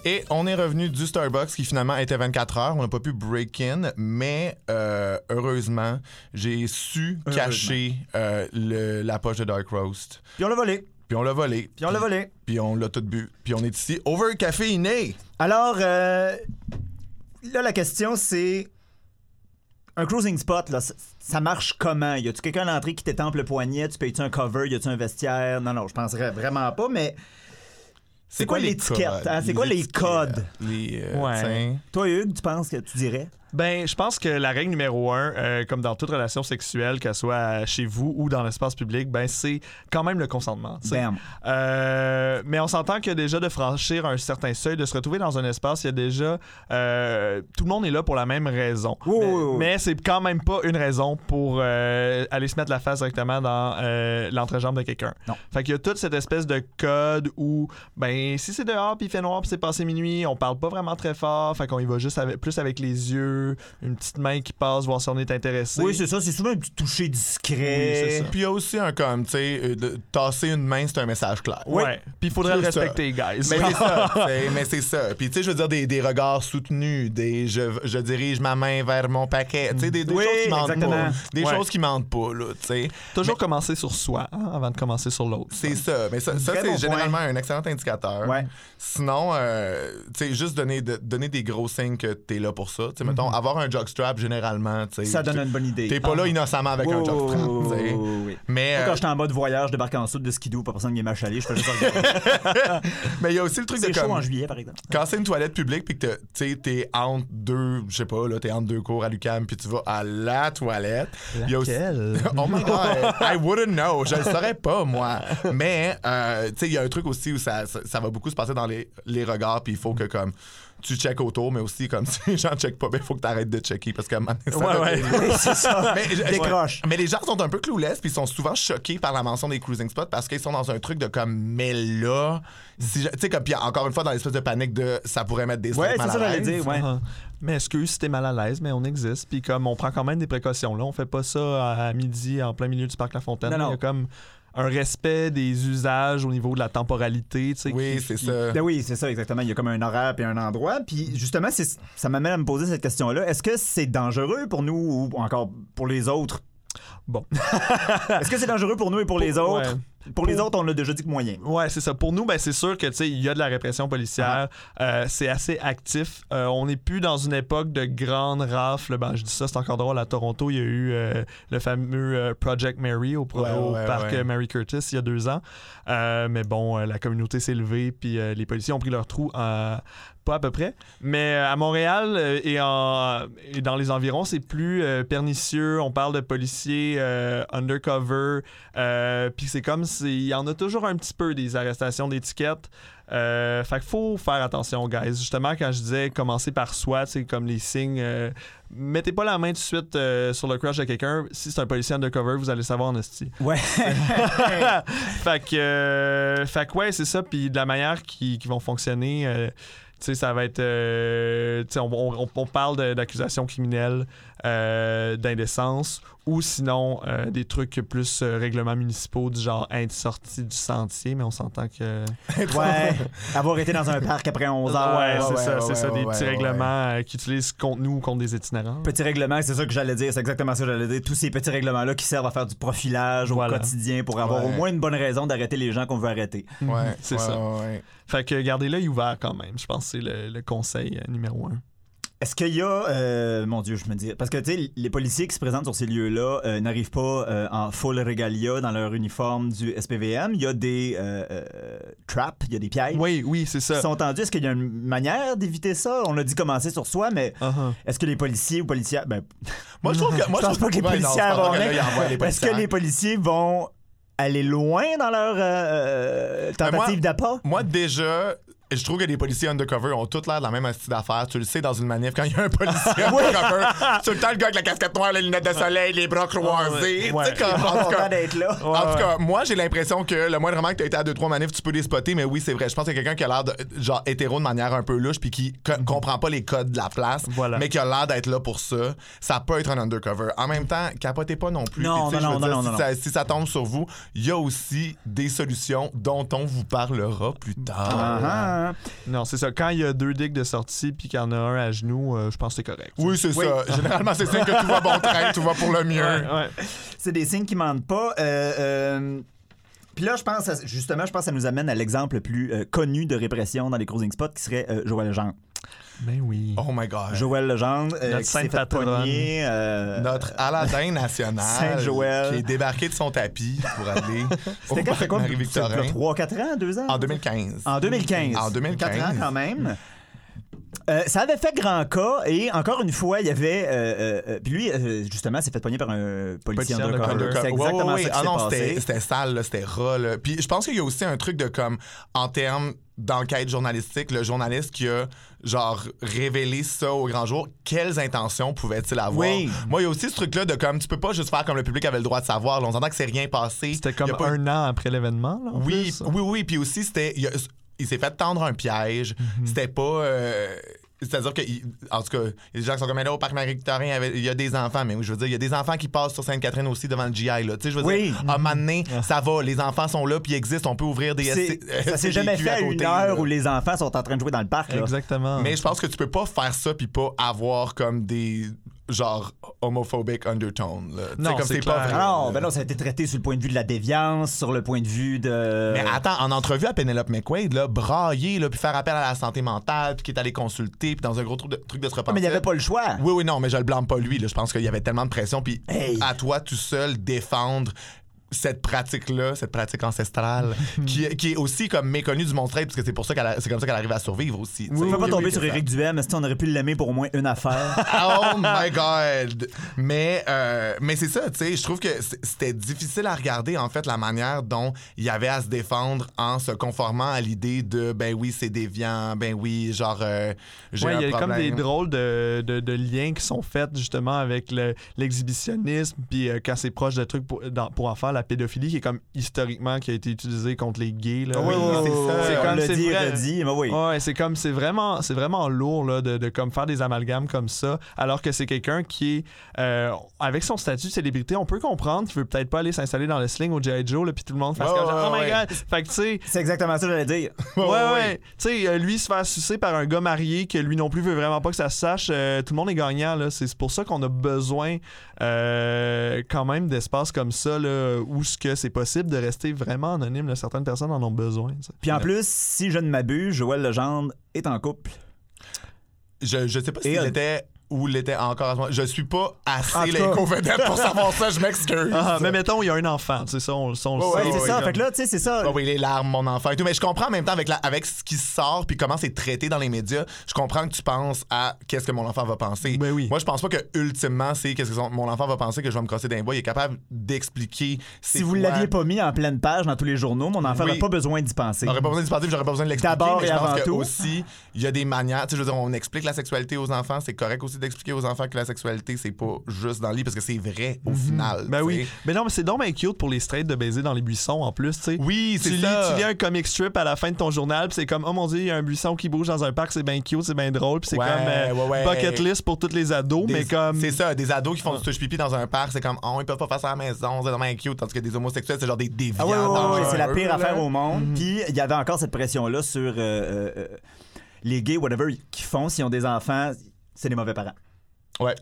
[SPEAKER 1] Et on est revenu du Starbucks qui finalement était 24 heures. On n'a pas pu break in, mais euh, heureusement, j'ai su
[SPEAKER 2] Heureusement.
[SPEAKER 1] cacher euh, le- la poche de Dark Roast.
[SPEAKER 2] Puis on l'a volé,
[SPEAKER 1] Puis on l'a volé.
[SPEAKER 2] puis on l'a volé.
[SPEAKER 1] Puis on l'a tout bu. Puis on est ici, over caféiné.
[SPEAKER 2] Alors, euh, là, la question, c'est. Un cruising spot, là, c- ça marche comment? Y a-tu quelqu'un à l'entrée qui t'étampe le poignet? Tu payes-tu un cover? Y a-tu un vestiaire? Non, non, je penserais vraiment pas, mais C'est quoi
[SPEAKER 1] les
[SPEAKER 2] l'étiquette,
[SPEAKER 1] codes?
[SPEAKER 2] hein? C'est quoi les
[SPEAKER 1] L'étiquette,
[SPEAKER 2] codes?
[SPEAKER 1] Les, euh,
[SPEAKER 3] Ouais.
[SPEAKER 1] tiens.
[SPEAKER 2] toi, Hugues, tu penses que tu dirais?
[SPEAKER 3] Ben, je pense que la règle numéro un, euh, comme dans toute relation sexuelle, qu'elle soit euh, chez vous ou dans l'espace public, ben c'est quand même le consentement. tu sais.
[SPEAKER 2] Bam.
[SPEAKER 3] Euh, mais on s'entend que déjà de franchir un certain seuil, de se retrouver dans un espace, il y a déjà euh, tout le monde est là pour la même raison.
[SPEAKER 2] Oui,
[SPEAKER 3] mais
[SPEAKER 2] oui, oui.
[SPEAKER 3] mais c'est quand même pas une raison pour euh, aller se mettre la face directement dans euh, l'entrejambe de quelqu'un.
[SPEAKER 2] Non.
[SPEAKER 3] Fait qu'il y a toute cette espèce de code où ben si c'est dehors puis il fait noir puis c'est passé minuit, on parle pas vraiment très fort, fait qu'on y va juste avec, plus avec les yeux, une petite main qui passe voir si on est intéressé.
[SPEAKER 2] Oui, c'est ça, c'est souvent un petit toucher discret.
[SPEAKER 3] Oui, c'est ça.
[SPEAKER 1] Puis il y a aussi un comme, tu sais, euh, de- tasser une main, c'est un message clair.
[SPEAKER 3] Ouais. Puis il faudrait le
[SPEAKER 1] C'est ça.
[SPEAKER 3] respecter, guys.
[SPEAKER 1] Mais c'est ça, c'est- mais c'est ça. Puis tu sais, je veux dire, des, des regards soutenus, des je, je dirige ma main vers mon paquet, tu sais, des, des
[SPEAKER 2] Oui,
[SPEAKER 1] choses qui mentent
[SPEAKER 2] exactement.
[SPEAKER 1] pas. Des
[SPEAKER 3] Ouais.
[SPEAKER 1] choses qui mentent pas, là, tu sais.
[SPEAKER 3] Toujours commencer sur soi hein, avant de commencer sur l'autre.
[SPEAKER 1] C'est ça. Mais ça, ça,
[SPEAKER 2] Très
[SPEAKER 1] c'est
[SPEAKER 2] bon
[SPEAKER 1] généralement un excellent indicateur.
[SPEAKER 2] Ouais.
[SPEAKER 1] Sinon, euh, tu sais, juste donner, de- donner des gros signes que t'es là pour ça. Tu sais, mettons, mettons, avoir un jockstrap, généralement, tu sais.
[SPEAKER 2] Mhm. Ça donne une bonne idée.
[SPEAKER 1] T'es pas là innocemment avec un
[SPEAKER 2] Oh,
[SPEAKER 1] jockstrap,
[SPEAKER 2] oh,
[SPEAKER 1] tu sais.
[SPEAKER 2] oh, oh, oui.
[SPEAKER 1] Mais,
[SPEAKER 2] Moi,
[SPEAKER 1] euh,
[SPEAKER 2] Quand j'étais en mode voyage, je débarque en soude de skidoo, pas personne qui m'a chalé, je fais juste regarder.
[SPEAKER 1] Mais il y a aussi le truc de
[SPEAKER 2] C'est chaud
[SPEAKER 1] comme-
[SPEAKER 2] en juillet, par exemple.
[SPEAKER 1] Quand c'est une toilette publique, puis que t'as- tu sais, t'es entre deux, je sais pas, là, t'es entre deux cours à l'UCAM, puis tu vas à la toilette. il y a aussi-
[SPEAKER 3] Laquelle?
[SPEAKER 1] oh my god, I wouldn't know, je le saurais pas, moi. Mais, euh, tu sais, il y a un truc aussi où ça, ça, ça va beaucoup se passer dans les, les regards, puis il faut que, comme, tu checkes autour, mais aussi, comme, si les gens checkent pas, ben, il faut que t'arrêtes de checker, parce que, man, ça
[SPEAKER 3] Ouais,
[SPEAKER 1] va-
[SPEAKER 3] ouais.
[SPEAKER 2] Oui, c'est ça.
[SPEAKER 1] Mais, je-
[SPEAKER 2] Décroche.
[SPEAKER 1] mais les gens sont un peu clouless puis ils sont souvent choqués par la mention des cruising spots parce qu'ils sont dans un truc de comme mais là si je- tu sais comme puis encore une fois dans l'espèce de panique de ça pourrait mettre des
[SPEAKER 2] Ouais,
[SPEAKER 1] straights
[SPEAKER 2] c'est
[SPEAKER 1] mal
[SPEAKER 2] ça,
[SPEAKER 1] à
[SPEAKER 2] j'allais
[SPEAKER 1] l'aise.
[SPEAKER 2] dire. Ouais.
[SPEAKER 3] Ah. Mais excuse si t'es mal à l'aise, mais on existe. Puis comme on prend quand même des précautions, là, on fait pas ça à, à midi en plein milieu du parc La Fontaine.
[SPEAKER 2] Non, non.
[SPEAKER 3] Il y a comme un respect des usages au niveau de la temporalité, tu sais.
[SPEAKER 1] Oui,
[SPEAKER 3] qui-
[SPEAKER 1] c'est
[SPEAKER 3] qui-
[SPEAKER 1] ça.
[SPEAKER 2] Ben oui, c'est ça, exactement. Il y a comme un horaire et un endroit. Puis justement, c'est- ça m'amène à me poser cette question-là. Est-ce que c'est dangereux pour nous ou encore pour les autres?
[SPEAKER 3] Bon.
[SPEAKER 2] Est-ce que c'est dangereux pour nous et pour, les autres?
[SPEAKER 3] ouais.
[SPEAKER 2] Pour les autres, on l'a déjà dit que moyen.
[SPEAKER 3] Ouais, c'est ça. Pour nous, ben, c'est sûr que tu sais, il y a de la répression policière.
[SPEAKER 1] Ah.
[SPEAKER 3] Euh, c'est assez actif. Euh, on n'est plus dans une époque de grandes rafles. Ben, je dis ça, c'est encore drôle. À Toronto, il y a eu euh, le fameux euh, Project Mary au, pro-
[SPEAKER 1] Ouais,
[SPEAKER 3] au
[SPEAKER 1] ouais,
[SPEAKER 3] parc
[SPEAKER 1] ouais.
[SPEAKER 3] euh, Mary Curtis il y a deux ans. Euh, mais bon, euh, la communauté s'est levée, puis euh, les policiers ont pris leur trou. euh, pas à peu près. Mais euh, à Montréal euh, et, en- et dans les environs, c'est plus euh, pernicieux. On parle de policiers euh, undercover. Euh, Puis c'est comme s'il y en a toujours un petit peu des arrestations d'étiquettes. Euh, fait qu'il faut faire attention, guys. Justement, quand je disais commencer par soi, c'est comme les signes. euh, mettez pas la main tout de suite euh, sur le crush de quelqu'un. Si c'est un policier undercover, vous allez savoir en esti.
[SPEAKER 2] Ouais.
[SPEAKER 3] fait que, euh, fait que ouais, c'est ça. Puis de la manière qui, qui vont fonctionner, euh, tu sais, ça va être. euh, tu sais, on, on- on parle de- d'accusations criminelles, euh, d'indécence, ou sinon euh, des trucs plus euh, règlements municipaux, du genre être sorti du sentier, mais on s'entend que.
[SPEAKER 2] ouais. Avoir été dans un parc après 11 heures.
[SPEAKER 3] ouais, c'est ça,
[SPEAKER 1] ouais,
[SPEAKER 3] c'est
[SPEAKER 1] ouais,
[SPEAKER 3] ça, des
[SPEAKER 1] ouais,
[SPEAKER 3] petits
[SPEAKER 1] ouais,
[SPEAKER 3] règlements euh, qui utilisent contre nous ou contre des itinérants.
[SPEAKER 2] Petit règlement, c'est ça que j'allais dire, c'est exactement ça que j'allais dire. Tous ces petits règlements-là qui servent à faire du profilage
[SPEAKER 3] Voilà.
[SPEAKER 2] au quotidien pour avoir
[SPEAKER 1] Ouais.
[SPEAKER 2] au moins une bonne raison d'arrêter les gens qu'on veut arrêter.
[SPEAKER 1] ouais
[SPEAKER 3] C'est
[SPEAKER 1] ouais,
[SPEAKER 3] ça.
[SPEAKER 1] ouais, ouais.
[SPEAKER 3] Fait que gardez l'œil ouvert quand même. Je pense que c'est le, le conseil euh, numéro un.
[SPEAKER 2] Est-ce qu'il y a, euh, mon Dieu, je me dis, parce que tu sais, les policiers qui se présentent sur ces lieux-là euh, n'arrivent pas euh, en full regalia dans leur uniforme du SPVM. Il y a des euh, euh, traps, il y a des pièges
[SPEAKER 3] Oui, oui, c'est
[SPEAKER 2] qui
[SPEAKER 3] ça.
[SPEAKER 2] sont tendus. Est-ce qu'il y a une manière d'éviter ça On a dit commencer sur soi, mais
[SPEAKER 3] Uh-huh.
[SPEAKER 2] est-ce que les policiers ou policières, ben,
[SPEAKER 1] moi je trouve que moi
[SPEAKER 2] je pense pas que les
[SPEAKER 1] ouais, non, je
[SPEAKER 2] policiers
[SPEAKER 1] pense
[SPEAKER 2] vont
[SPEAKER 1] pas que là, il envoie les
[SPEAKER 2] est-ce
[SPEAKER 1] policiers.
[SPEAKER 2] que les policiers vont aller loin dans leur euh, euh, tentative d'appât
[SPEAKER 1] Ben, moi déjà je trouve que les policiers undercover ont toutes l'air de la même astuce d'affaires. Tu le sais, dans une manif, quand il y a un policier undercover, c'est tout le temps le gars avec la casquette noire, les lunettes de soleil, les
[SPEAKER 2] Ah
[SPEAKER 1] bras croisés.
[SPEAKER 3] Ouais.
[SPEAKER 1] Tu sais, comme- en tout cas,
[SPEAKER 2] Content d'être là.
[SPEAKER 1] en tout cas, moi, j'ai l'impression que le moindre moment que tu as été à 2-3 manifs, tu peux les spotter, mais oui, c'est vrai. Je pense que quelqu'un qui a l'air de, genre hétéro de manière un peu louche puis qui
[SPEAKER 2] Mm-hmm.
[SPEAKER 1] co- comprend pas les codes de la place,
[SPEAKER 3] Voilà.
[SPEAKER 1] mais qui a l'air d'être là pour ça, ça peut être un undercover. En même temps, capotez pas non plus.
[SPEAKER 2] Non,
[SPEAKER 1] Puis, tu sais,
[SPEAKER 2] non,
[SPEAKER 1] je veux
[SPEAKER 2] non,
[SPEAKER 1] dire,
[SPEAKER 2] non,
[SPEAKER 1] si,
[SPEAKER 2] non,
[SPEAKER 1] Ça, si ça tombe sur vous, il y a aussi des solutions dont on vous parlera plus tard.
[SPEAKER 2] Ah, ah.
[SPEAKER 3] Non, c'est ça. Quand il y a deux digues de sortie puis qu'il y en a un à genoux, euh, je pense que c'est correct.
[SPEAKER 1] Oui, c'est
[SPEAKER 2] Oui.
[SPEAKER 1] ça. Généralement, c'est ça que tout va bon train, tout va pour le mieux.
[SPEAKER 3] Ouais, ouais.
[SPEAKER 2] C'est des signes qui mentent pas. Euh, euh, Puis là, je pense, à- justement, je pense que ça nous amène à l'exemple le plus euh, connu de répression dans les cruising spots qui serait euh, Joël Legendre.
[SPEAKER 3] Ben oui.
[SPEAKER 1] Oh my God.
[SPEAKER 2] Joël Legendre, euh,
[SPEAKER 3] Notre
[SPEAKER 2] qui s'est
[SPEAKER 3] sainte
[SPEAKER 2] fait
[SPEAKER 3] patronne.
[SPEAKER 2] pogner, euh,
[SPEAKER 1] Notre Aladdin national
[SPEAKER 2] Saint-Joël.
[SPEAKER 1] qui est débarqué de son tapis pour aller au
[SPEAKER 2] C'était quand,
[SPEAKER 1] parc
[SPEAKER 2] c'était quoi,
[SPEAKER 1] Marie-Victorin
[SPEAKER 2] 3-4 ans, 2 ans?
[SPEAKER 1] en 2015.
[SPEAKER 2] En 2015.
[SPEAKER 1] En 2015.
[SPEAKER 2] 4 ans quand même. Euh, ça avait fait grand cas et encore une fois, il y avait. euh, euh, euh, puis lui, euh, justement, s'est fait pogner par un policier
[SPEAKER 3] Policier
[SPEAKER 2] undercover.
[SPEAKER 3] undercover.
[SPEAKER 2] C'est
[SPEAKER 1] Ouais,
[SPEAKER 2] exactement
[SPEAKER 1] ouais, ouais.
[SPEAKER 2] ça qui
[SPEAKER 1] Ah
[SPEAKER 2] s'est
[SPEAKER 1] non,
[SPEAKER 2] passé.
[SPEAKER 1] c'était- C'était sale, là, c'était ras. là. Puis je pense qu'il y a aussi un truc de comme, en termes d'enquête journalistique, le journaliste qui a, genre, révélé ça au grand jour, quelles intentions pouvait-il avoir?
[SPEAKER 2] Oui.
[SPEAKER 1] Moi, il y a aussi ce truc-là de comme, tu peux pas juste faire comme le public avait le droit de savoir. là. on s'entend que c'est rien passé.
[SPEAKER 3] C'était
[SPEAKER 1] Il
[SPEAKER 3] comme
[SPEAKER 1] y a pas eu-
[SPEAKER 3] un an après l'événement, là. en
[SPEAKER 1] Oui,
[SPEAKER 3] plus.
[SPEAKER 1] oui, oui. Puis aussi, c'était. Il, y a- il s'est fait tendre un piège.
[SPEAKER 2] Mhm.
[SPEAKER 1] C'était pas. euh, c'est-à-dire que, il- en tout cas, il y a des gens qui sont comme, Mais là, au parc Marie-Victorin, avec- il y a des enfants, mais oui, je veux dire, il y a des enfants qui passent sur Sainte-Catherine aussi devant le GI, là. Tu sais, je veux
[SPEAKER 2] Oui. Mhm. Ah.
[SPEAKER 1] dire, à un moment donné, ça va, les enfants sont là, puis ils existent, on peut ouvrir des
[SPEAKER 2] C'est-
[SPEAKER 1] ST-
[SPEAKER 2] Ça s'est jamais
[SPEAKER 1] STVQ
[SPEAKER 2] fait à une
[SPEAKER 1] côté,
[SPEAKER 2] heure
[SPEAKER 1] là.
[SPEAKER 2] où les enfants sont en train de jouer dans le parc. là.
[SPEAKER 3] Exactement.
[SPEAKER 1] Mais je pense que tu peux pas faire ça puis pas avoir comme des genre homophobic undertone. là. Tu sais,
[SPEAKER 3] Non,
[SPEAKER 1] comme
[SPEAKER 3] c'est
[SPEAKER 1] c'est pas
[SPEAKER 3] clair.
[SPEAKER 1] vrai.
[SPEAKER 2] Alors, ben là, ça a été traité sur le point de vue de la déviance, sur le point de vue de.
[SPEAKER 1] Mais attends, en entrevue à Penelope McQuaid, là, brailler, là, puis faire appel à la santé mentale, puis qui est allé consulter, puis dans un gros truc de, truc de se repenser.
[SPEAKER 2] mais il n'y avait pas le choix.
[SPEAKER 1] Oui, oui, non, mais je le blâme pas lui. là. Je pense qu'il y avait tellement de pression. Puis
[SPEAKER 2] Hey.
[SPEAKER 1] à toi tout seul, défendre cette pratique-là, cette pratique ancestrale, qui, qui est aussi comme méconnue du monde straight, parce que c'est pour ça qu'elle a- c'est comme ça qu'elle arrive à survivre aussi. tu sais.
[SPEAKER 2] On ne peut pas
[SPEAKER 1] Oui,
[SPEAKER 2] tomber
[SPEAKER 1] oui,
[SPEAKER 2] sur
[SPEAKER 1] c'est ça.
[SPEAKER 2] Eric Duhem, mais si on aurait pu l'aimer pour au moins une affaire.
[SPEAKER 1] Oh my God! Mais, euh, mais c'est ça, tu sais, je trouve que c- c'était difficile à regarder, en fait, la manière dont il y avait à se défendre en se conformant à l'idée de, ben oui, c'est déviant, ben oui, genre, euh, j'ai
[SPEAKER 3] Ouais,
[SPEAKER 1] un
[SPEAKER 3] il y a comme des
[SPEAKER 1] problème.
[SPEAKER 3] drôles de, de- de liens qui sont faits justement avec le- l'exhibitionnisme, puis euh, quand c'est proche de trucs pour, dans- pour en faire la pédophilie, qui est comme historiquement qui a été utilisé contre les gays. Là,
[SPEAKER 1] Oui, oui, c'est ça.
[SPEAKER 3] C'est
[SPEAKER 2] on
[SPEAKER 3] comme
[SPEAKER 2] l'a
[SPEAKER 3] c'est
[SPEAKER 2] dit,
[SPEAKER 3] vrai.
[SPEAKER 2] redit, mais oui.
[SPEAKER 3] Ouais, c'est comme c'est vraiment c'est vraiment lourd là, de, de comme faire des amalgames comme ça alors que c'est quelqu'un qui est euh, avec son statut de célébrité on peut comprendre qu'il veut peut-être pas aller s'installer dans le sling au G.I. Joe là, puis tout le monde fasse
[SPEAKER 1] Ouais,
[SPEAKER 3] comme
[SPEAKER 1] ouais,
[SPEAKER 3] genre, oh my
[SPEAKER 1] ouais.
[SPEAKER 3] god fait que tu sais
[SPEAKER 2] C'est exactement ça que j'allais dire.
[SPEAKER 3] ouais ouais,
[SPEAKER 1] ouais.
[SPEAKER 3] tu sais euh, lui se faire sucer par un gars marié que lui non plus veut vraiment pas que ça se sache euh, tout le monde est gagnant là c'est c'est pour ça qu'on a besoin euh, quand même d'espaces comme ça là, où ce que c'est possible de rester vraiment anonyme là. certaines personnes en ont besoin tu sais.
[SPEAKER 2] Puis en plus, si je ne m'abuse, Joël Legendre est en couple.
[SPEAKER 1] Je, je sais pas
[SPEAKER 2] Et
[SPEAKER 1] s'il
[SPEAKER 2] un-
[SPEAKER 1] était ou l'était encore à ce moment. Je suis pas
[SPEAKER 2] En
[SPEAKER 1] assez
[SPEAKER 2] tout cas-
[SPEAKER 1] l'inco-vedette pour savoir ça, je m'excuse.
[SPEAKER 3] Ah, mais mettons, il y a un enfant, c'est ça, on, le- ça, on le
[SPEAKER 1] Ouais,
[SPEAKER 3] sait.
[SPEAKER 2] Ouais, c'est
[SPEAKER 1] ouais,
[SPEAKER 2] ça.
[SPEAKER 1] ouais.
[SPEAKER 2] Fait que là, tu sais, c'est ça.
[SPEAKER 1] Ah oui, les larmes, mon enfant et tout. Mais je comprends en même temps avec, la, avec ce qui sort puis comment c'est traité dans les médias. Je comprends que tu penses à qu'est-ce que mon enfant va penser.
[SPEAKER 3] Ben oui.
[SPEAKER 1] Moi, je pense pas que ultimement, c'est qu'est-ce que son- mon enfant va penser que je vais me crosser d'un bois. Il est capable d'expliquer.
[SPEAKER 2] Si vous ne l'aviez pas mis en pleine page dans tous les journaux, mon enfant
[SPEAKER 1] Oui.
[SPEAKER 2] n'aurait pas besoin d'y penser.
[SPEAKER 1] J'aurais pas besoin de partir, j'aurais pas besoin de l'expliquer.
[SPEAKER 2] D'abord
[SPEAKER 1] mais
[SPEAKER 2] et
[SPEAKER 1] je pense
[SPEAKER 2] avant
[SPEAKER 1] que
[SPEAKER 2] tout.
[SPEAKER 1] aussi, il y a des manières. Tu sais, je veux dire, on explique la sexualité aux enfants. C'est correct aussi d'expliquer aux enfants que la sexualité, c'est pas juste dans le lit parce que c'est vrai au final.
[SPEAKER 3] Ben
[SPEAKER 1] tu
[SPEAKER 3] oui.
[SPEAKER 1] sais.
[SPEAKER 3] Mais non, mais c'est donc bien cute pour les straights de baiser dans les buissons en plus, tu sais.
[SPEAKER 1] Oui,
[SPEAKER 3] Tu
[SPEAKER 1] c'est
[SPEAKER 3] lis,
[SPEAKER 1] ça.
[SPEAKER 3] tu lis un comic strip à la fin de ton journal, puis c'est comme, oh mon dieu, il y a un buisson qui bouge dans un parc, c'est bien cute, c'est bien drôle, puis c'est
[SPEAKER 1] Ouais,
[SPEAKER 3] comme euh,
[SPEAKER 1] ouais, ouais.
[SPEAKER 3] bucket list pour tous les ados,
[SPEAKER 1] Des-
[SPEAKER 3] mais comme.
[SPEAKER 1] C'est ça, des ados qui font du touche-pipi dans un parc, c'est comme, oh, ils peuvent pas faire ça à la maison, c'est vraiment cute, tandis que des homosexuels, c'est genre des déviants.
[SPEAKER 2] Ah oui, oui, oui, oui, c'est la
[SPEAKER 1] dangereux,
[SPEAKER 2] pire
[SPEAKER 1] là. Mhm.
[SPEAKER 2] affaire au monde. Puis il y avait encore cette pression-là sur euh, euh, euh, les gays, whatever, qui font s'ils ont des enfants, c'est des mauvais parents.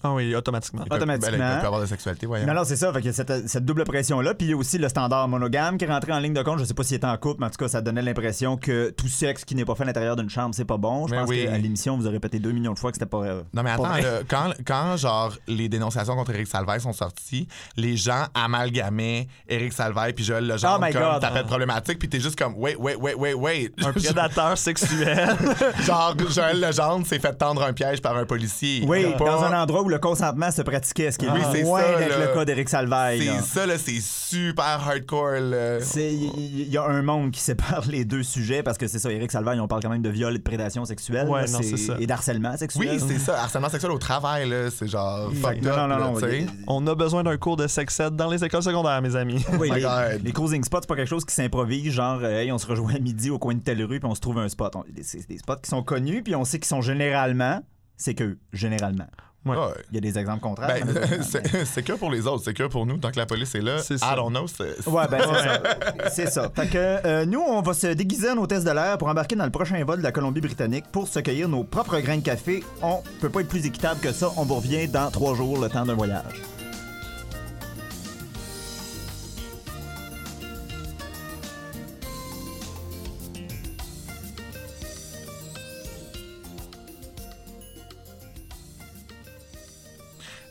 [SPEAKER 3] Ah oui, automatiquement.
[SPEAKER 1] Ils peuvent-
[SPEAKER 2] Automatiquement.
[SPEAKER 1] ben là, ils peuvent avoir de la sexualité, voyons.
[SPEAKER 2] Non, non, c'est ça. Fait qu'il y a cette, cette double pression-là. Puis il y a aussi le standard monogame qui est rentré en ligne de compte. Je sais pas s'il était en couple, mais en tout cas, ça donnait l'impression que tout sexe qui n'est pas fait à l'intérieur d'une chambre, c'est pas bon. Je
[SPEAKER 1] Mais
[SPEAKER 2] pense
[SPEAKER 1] oui.
[SPEAKER 2] qu'à l'émission, vous avez répété deux millions de fois que c'était pas. euh,
[SPEAKER 1] Non, mais
[SPEAKER 2] pas
[SPEAKER 1] attends,
[SPEAKER 2] vrai.
[SPEAKER 1] là, quand, quand, genre, les dénonciations contre Éric Salvaille sont sorties, les gens amalgamaient Éric Salvaille puis Joël Legendre
[SPEAKER 2] Oh my
[SPEAKER 1] comme
[SPEAKER 2] God.
[SPEAKER 1] t'as fait problématique, puis t'es juste comme, wait, wait, wait, wait, wait.
[SPEAKER 3] Un prédateur sexuel.
[SPEAKER 1] genre, Joël Legendre s'est fait tendre un piège par un policier.
[SPEAKER 2] Oui,
[SPEAKER 1] Il a pas-
[SPEAKER 2] dans un endroit où le consentement se pratiquait, ce qui est
[SPEAKER 1] Oui, c'est
[SPEAKER 2] loin
[SPEAKER 1] ça,
[SPEAKER 2] d'être
[SPEAKER 1] là.
[SPEAKER 2] le cas d'Éric Salvaille. là.
[SPEAKER 1] C'est ça, là, c'est super hardcore, là.
[SPEAKER 2] C'est- Il y- y a un monde qui sépare les deux sujets parce que c'est ça, Éric Salvaille, on parle quand même de viol et de prédation sexuelle
[SPEAKER 3] Ouais,
[SPEAKER 2] là,
[SPEAKER 3] non, c'est ça.
[SPEAKER 2] et d'harcèlement
[SPEAKER 1] Oui,
[SPEAKER 2] sexuel.
[SPEAKER 1] c'est ça. Harcèlement sexuel au travail, là, c'est genre fucked
[SPEAKER 2] Non,
[SPEAKER 1] up.
[SPEAKER 2] non, non,
[SPEAKER 1] là,
[SPEAKER 2] non,
[SPEAKER 1] tu sais.
[SPEAKER 2] il-
[SPEAKER 3] on a besoin d'un cours de sex ed dans les écoles secondaires, mes amis.
[SPEAKER 2] Oui,
[SPEAKER 1] Oh my
[SPEAKER 2] les,
[SPEAKER 1] God.
[SPEAKER 2] les cruising spots, c'est pas quelque chose qui s'improvise, genre, euh, hey, on se rejoint à midi au coin de telle rue, puis on se trouve un spot. On- C'est c'est des spots qui sont connus, puis on sait qu'ils sont généralement, c'est que généralement.
[SPEAKER 3] Ouais.
[SPEAKER 1] Ouais.
[SPEAKER 2] Il y a des exemples contraires.
[SPEAKER 1] Ben,
[SPEAKER 2] malheureusement, mais-
[SPEAKER 1] c'est c'est que pour les autres, c'est que pour nous, tant que la police est là.
[SPEAKER 3] C'est
[SPEAKER 1] I
[SPEAKER 3] ça.
[SPEAKER 1] don't know. c'est- c'est-
[SPEAKER 2] Ouais, ben c'est ça. C'est ça. Fait que euh, nous, on va se déguiser en hôtesse de l'air pour embarquer dans le prochain vol de la Colombie-Britannique pour se cueillir nos propres grains de café. On peut pas être plus équitable que ça. On vous revient dans trois jours, le temps d'un voyage.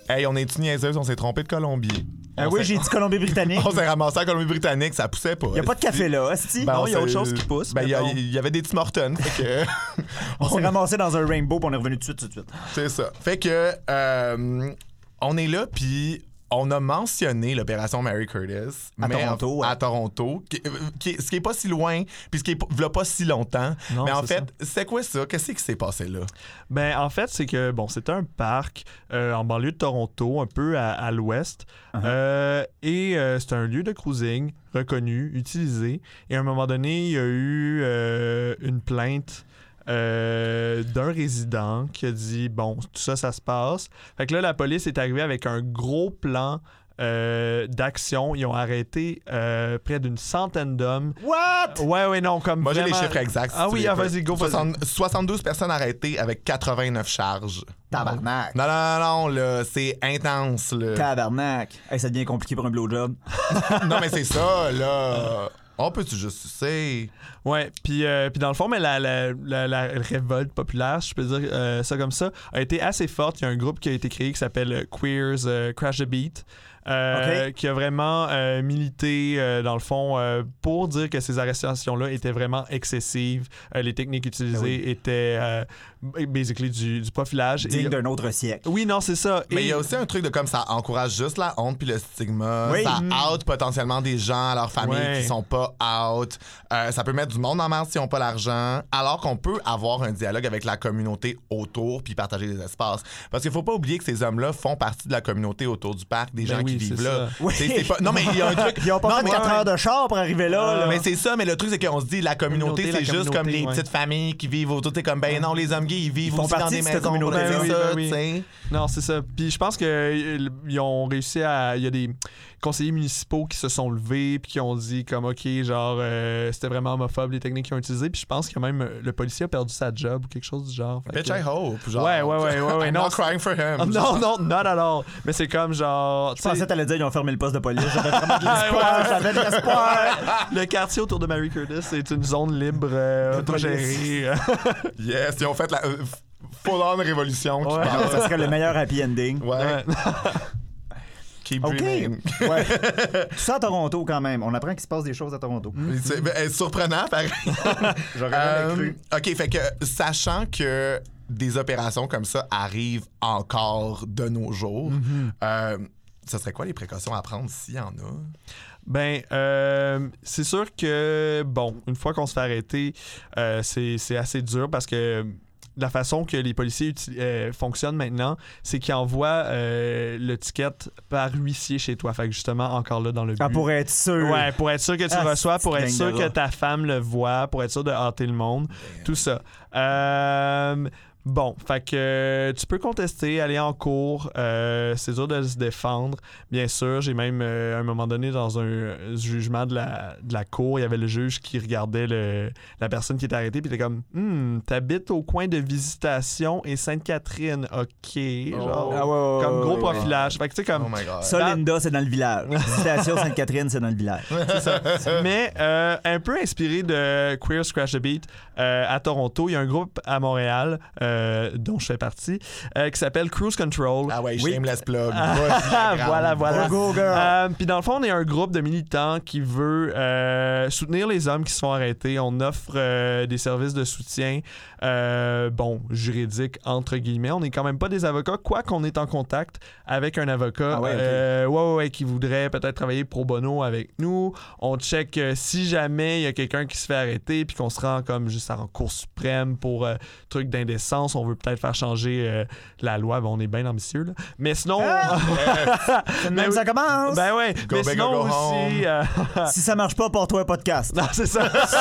[SPEAKER 1] Hey, on est-tu niaiseuse? On s'est trompé de Colombie.
[SPEAKER 2] Ah
[SPEAKER 1] On
[SPEAKER 2] oui,
[SPEAKER 1] s'est-
[SPEAKER 2] j'ai dit Colombie-Britannique.
[SPEAKER 1] On s'est ramassé à Colombie-Britannique, ça poussait pas.
[SPEAKER 2] Il y a pas de café là, hostie.
[SPEAKER 1] Ben,
[SPEAKER 3] Non,
[SPEAKER 1] on
[SPEAKER 3] il y a autre
[SPEAKER 1] s'est-
[SPEAKER 3] chose qui pousse,
[SPEAKER 1] Ben, il y, a-
[SPEAKER 3] mais bon.
[SPEAKER 1] il y avait des Tim Hortons. fait que-
[SPEAKER 2] on s'est ramassé dans un rainbow, puis on est revenu tout de suite, tout de suite.
[SPEAKER 1] C'est ça. Fait que euh, on est là, puis on a mentionné l'opération Mary Curtis
[SPEAKER 2] À
[SPEAKER 1] mais
[SPEAKER 2] Toronto,
[SPEAKER 1] en-
[SPEAKER 2] ouais.
[SPEAKER 1] à Toronto, qui- euh, qui- ce qui est pas si loin, puis ce qui est pas- v'là pas si longtemps.
[SPEAKER 3] Non,
[SPEAKER 1] mais en
[SPEAKER 3] c'est
[SPEAKER 1] fait, c'est quoi ça Qu'est-ce qui s'est passé là
[SPEAKER 3] Ben, en fait, c'est que, bon, c'était un parc euh, en banlieue de Toronto, un peu à, à l'ouest.
[SPEAKER 1] Uh-huh.
[SPEAKER 3] Euh, et euh, c'est un lieu de cruising reconnu, utilisé. Et à un moment donné, il y a eu euh, une plainte euh, d'un résident qui a dit, bon, tout ça, ça se passe. Fait que là, la police est arrivée avec un gros plan euh, d'action. Ils ont arrêté euh, près d'une centaine d'hommes.
[SPEAKER 2] What?
[SPEAKER 3] Ouais, ouais, non, comme
[SPEAKER 1] Moi, j'ai les
[SPEAKER 3] vraiment-
[SPEAKER 1] chiffres exacts. si
[SPEAKER 3] Ah
[SPEAKER 1] tu
[SPEAKER 3] oui,
[SPEAKER 1] les
[SPEAKER 3] ah,
[SPEAKER 1] veux.
[SPEAKER 3] vas-y, go, vas-y.
[SPEAKER 1] 60 72 personnes arrêtées avec 89 charges.
[SPEAKER 2] Tabarnak.
[SPEAKER 1] Non, euh. non, non, non, là, c'est intense, là.
[SPEAKER 2] Tabarnak. Hey, ça devient compliqué pour un blowjob.
[SPEAKER 1] non, mais c'est ça, là. On peut-tu juste sucer?
[SPEAKER 3] Ouais, puis, euh, puis dans le fond, mais la, la, la- la révolte populaire, si je peux dire euh, ça comme ça, a été assez forte. Il y a un groupe qui a été créé qui s'appelle euh, Queers euh, Crash the Beat, euh, qui a vraiment euh, milité, euh, dans le fond, euh, pour dire que ces arrestations-là étaient vraiment excessives. Euh, les
[SPEAKER 1] Ben
[SPEAKER 3] techniques utilisées étaient euh, basically du, du profilage.
[SPEAKER 2] Digne
[SPEAKER 3] Et-
[SPEAKER 2] d'un autre siècle.
[SPEAKER 3] Oui, non, c'est ça.
[SPEAKER 1] Mais il
[SPEAKER 3] Et-
[SPEAKER 1] y a aussi un truc de comme ça encourage juste la honte puis le stigma.
[SPEAKER 2] Oui.
[SPEAKER 1] Ça out potentiellement des gens à leur famille
[SPEAKER 3] Mm-hmm. Ouais.
[SPEAKER 1] qui sont pas out. Euh, ça peut mettre du monde en merde s'ils ont pas l'argent. Alors qu'on peut avoir un dialogue avec la communauté autour puis partager des espaces. Parce qu'il faut pas oublier que ces hommes-là font partie de la communauté autour du parc, des
[SPEAKER 3] Ben
[SPEAKER 1] gens
[SPEAKER 3] oui,
[SPEAKER 1] qui vivent
[SPEAKER 3] c'est
[SPEAKER 1] là.
[SPEAKER 3] ça.
[SPEAKER 2] Oui.
[SPEAKER 1] C'est- c'est pas- Non, mais il y a un truc.
[SPEAKER 2] Ils ont pas
[SPEAKER 1] Non,
[SPEAKER 2] fait
[SPEAKER 1] mais- Euh,
[SPEAKER 2] 4 heures de char pour arriver là. là.
[SPEAKER 1] mais c'est ça, mais le truc, c'est qu'on se dit, la communauté,
[SPEAKER 3] Communauté, la
[SPEAKER 1] c'est juste
[SPEAKER 3] communauté,
[SPEAKER 1] comme les
[SPEAKER 3] ouais.
[SPEAKER 1] petites familles qui vivent autour. T'es comme, ben non, les hommes gays, ils vivent
[SPEAKER 2] font
[SPEAKER 1] aussi dans
[SPEAKER 2] partie
[SPEAKER 1] des
[SPEAKER 2] de cette
[SPEAKER 1] maisons.
[SPEAKER 2] communauté.
[SPEAKER 1] pour
[SPEAKER 3] Ben oui,
[SPEAKER 1] dire ça,
[SPEAKER 3] ben oui.
[SPEAKER 1] tu sais.
[SPEAKER 3] Non, c'est ça. Puis je pense qu'ils ont réussi à. Il y a des conseillers municipaux qui se sont levés puis qui ont dit comme OK, genre euh, c'était vraiment homophobe les techniques qu'ils ont utilisées. Puis je pense que même euh, le policier a perdu sa job ou quelque chose du genre. Fait
[SPEAKER 1] Bitch,
[SPEAKER 3] que-
[SPEAKER 1] I hope. Genre,
[SPEAKER 3] Ouais, ouais, ouais, ouais, ouais,
[SPEAKER 1] I'm
[SPEAKER 3] non,
[SPEAKER 1] not crying for him.
[SPEAKER 3] Ah, non, non, non, non, non. Mais c'est comme genre.
[SPEAKER 2] Je pensais que t'allais dire ils ont fermé le poste de police. J'avais vraiment de
[SPEAKER 3] Ouais,
[SPEAKER 2] l'espoir.
[SPEAKER 3] ouais.
[SPEAKER 2] J'avais de l'espoir.
[SPEAKER 3] le quartier autour de Mary Curtis est une zone libre, euh, autogérée.
[SPEAKER 1] Yes, ils ont fait la euh, f- full-on révolution. qui
[SPEAKER 3] Ouais.
[SPEAKER 1] parle.
[SPEAKER 2] Ça serait le meilleur happy ending.
[SPEAKER 1] Ouais.
[SPEAKER 3] Ouais.
[SPEAKER 1] Keep
[SPEAKER 2] OK.
[SPEAKER 1] dreaming.
[SPEAKER 2] Ouais. Tout ça à Toronto quand même. On apprend qu'il se passe des choses à Toronto.
[SPEAKER 1] C'est- ben, euh, surprenant, pareil.
[SPEAKER 2] J'aurais
[SPEAKER 1] Euh, OK, fait que sachant que des opérations comme ça arrivent encore de nos jours,
[SPEAKER 3] Mm-hmm.
[SPEAKER 1] euh, ce serait quoi les précautions à prendre s'il y en a?
[SPEAKER 3] Ben, euh, c'est sûr que, bon, une fois qu'on se fait arrêter, euh, c'est c'est assez dur parce que la façon que les policiers uti- euh, fonctionnent maintenant, c'est qu'ils envoient euh, le ticket par huissier chez toi. Fait que justement, encore là, dans le but.
[SPEAKER 2] Ah, pour être sûr.
[SPEAKER 3] Ouais, pour être sûr que tu
[SPEAKER 2] Ah,
[SPEAKER 3] reçois,
[SPEAKER 2] c'est
[SPEAKER 3] pour être sûr
[SPEAKER 2] dingue,
[SPEAKER 3] que
[SPEAKER 2] là.
[SPEAKER 3] ta femme le voit, pour être sûr de hâter le monde, tout ça. Euh, bon, fait que euh, tu peux contester, aller en cours, euh, c'est dur de se défendre, bien sûr. J'ai même, euh, à un moment donné, dans un euh, jugement de la, de la cour, il y avait le juge qui regardait le, la personne qui était arrêtée, puis il était comme Hum, t'habites au coin de Visitation et Sainte-Catherine, ok. Genre,
[SPEAKER 2] Ah, ouais, ouais,
[SPEAKER 3] comme
[SPEAKER 2] ouais,
[SPEAKER 3] gros
[SPEAKER 2] ouais, ouais.
[SPEAKER 3] profilage. Fait que tu sais, comme.
[SPEAKER 1] Oh my God.
[SPEAKER 2] Ça, Linda, c'est dans le village. Station Sainte-Catherine, c'est dans le village.
[SPEAKER 3] Mais euh, un peu inspiré de Queers Crash the Beat euh, à Toronto, il y a un groupe à Montréal euh, dont je fais partie euh, qui s'appelle Cruise Control.
[SPEAKER 1] Ah ouais,
[SPEAKER 2] Oui.
[SPEAKER 1] shameless plug.
[SPEAKER 3] Ah,
[SPEAKER 1] Vas-y,
[SPEAKER 3] voilà,
[SPEAKER 1] grave.
[SPEAKER 3] voilà.
[SPEAKER 2] Go, go, girl.
[SPEAKER 3] Euh, Puis dans le fond, on est un groupe de militants qui veut euh, soutenir les hommes qui se font arrêter. On offre euh, des services de soutien, euh, bon, juridique entre guillemets. On n'est quand même pas des avocats, quoi qu'on est en contact avec un avocat
[SPEAKER 2] Ah ouais, ok.
[SPEAKER 3] euh, ouais, ouais, ouais, qui voudrait peut-être travailler pro bono avec nous. On check euh, si jamais il y a quelqu'un qui se fait arrêter puis qu'on se rend comme juste en Cour suprême pour euh, truc d'indécence. On veut peut-être faire changer euh, la loi. Ben, on est bien ambitieux, là. Mais sinon...
[SPEAKER 2] Ah! C'est de
[SPEAKER 3] Mais
[SPEAKER 2] même que ça
[SPEAKER 3] oui.
[SPEAKER 2] commence.
[SPEAKER 3] Ben ouais, mais
[SPEAKER 1] big or
[SPEAKER 3] sinon
[SPEAKER 1] go home.
[SPEAKER 3] aussi. euh,
[SPEAKER 2] Si ça marche pas, porte-toi un podcast.
[SPEAKER 3] non, c'est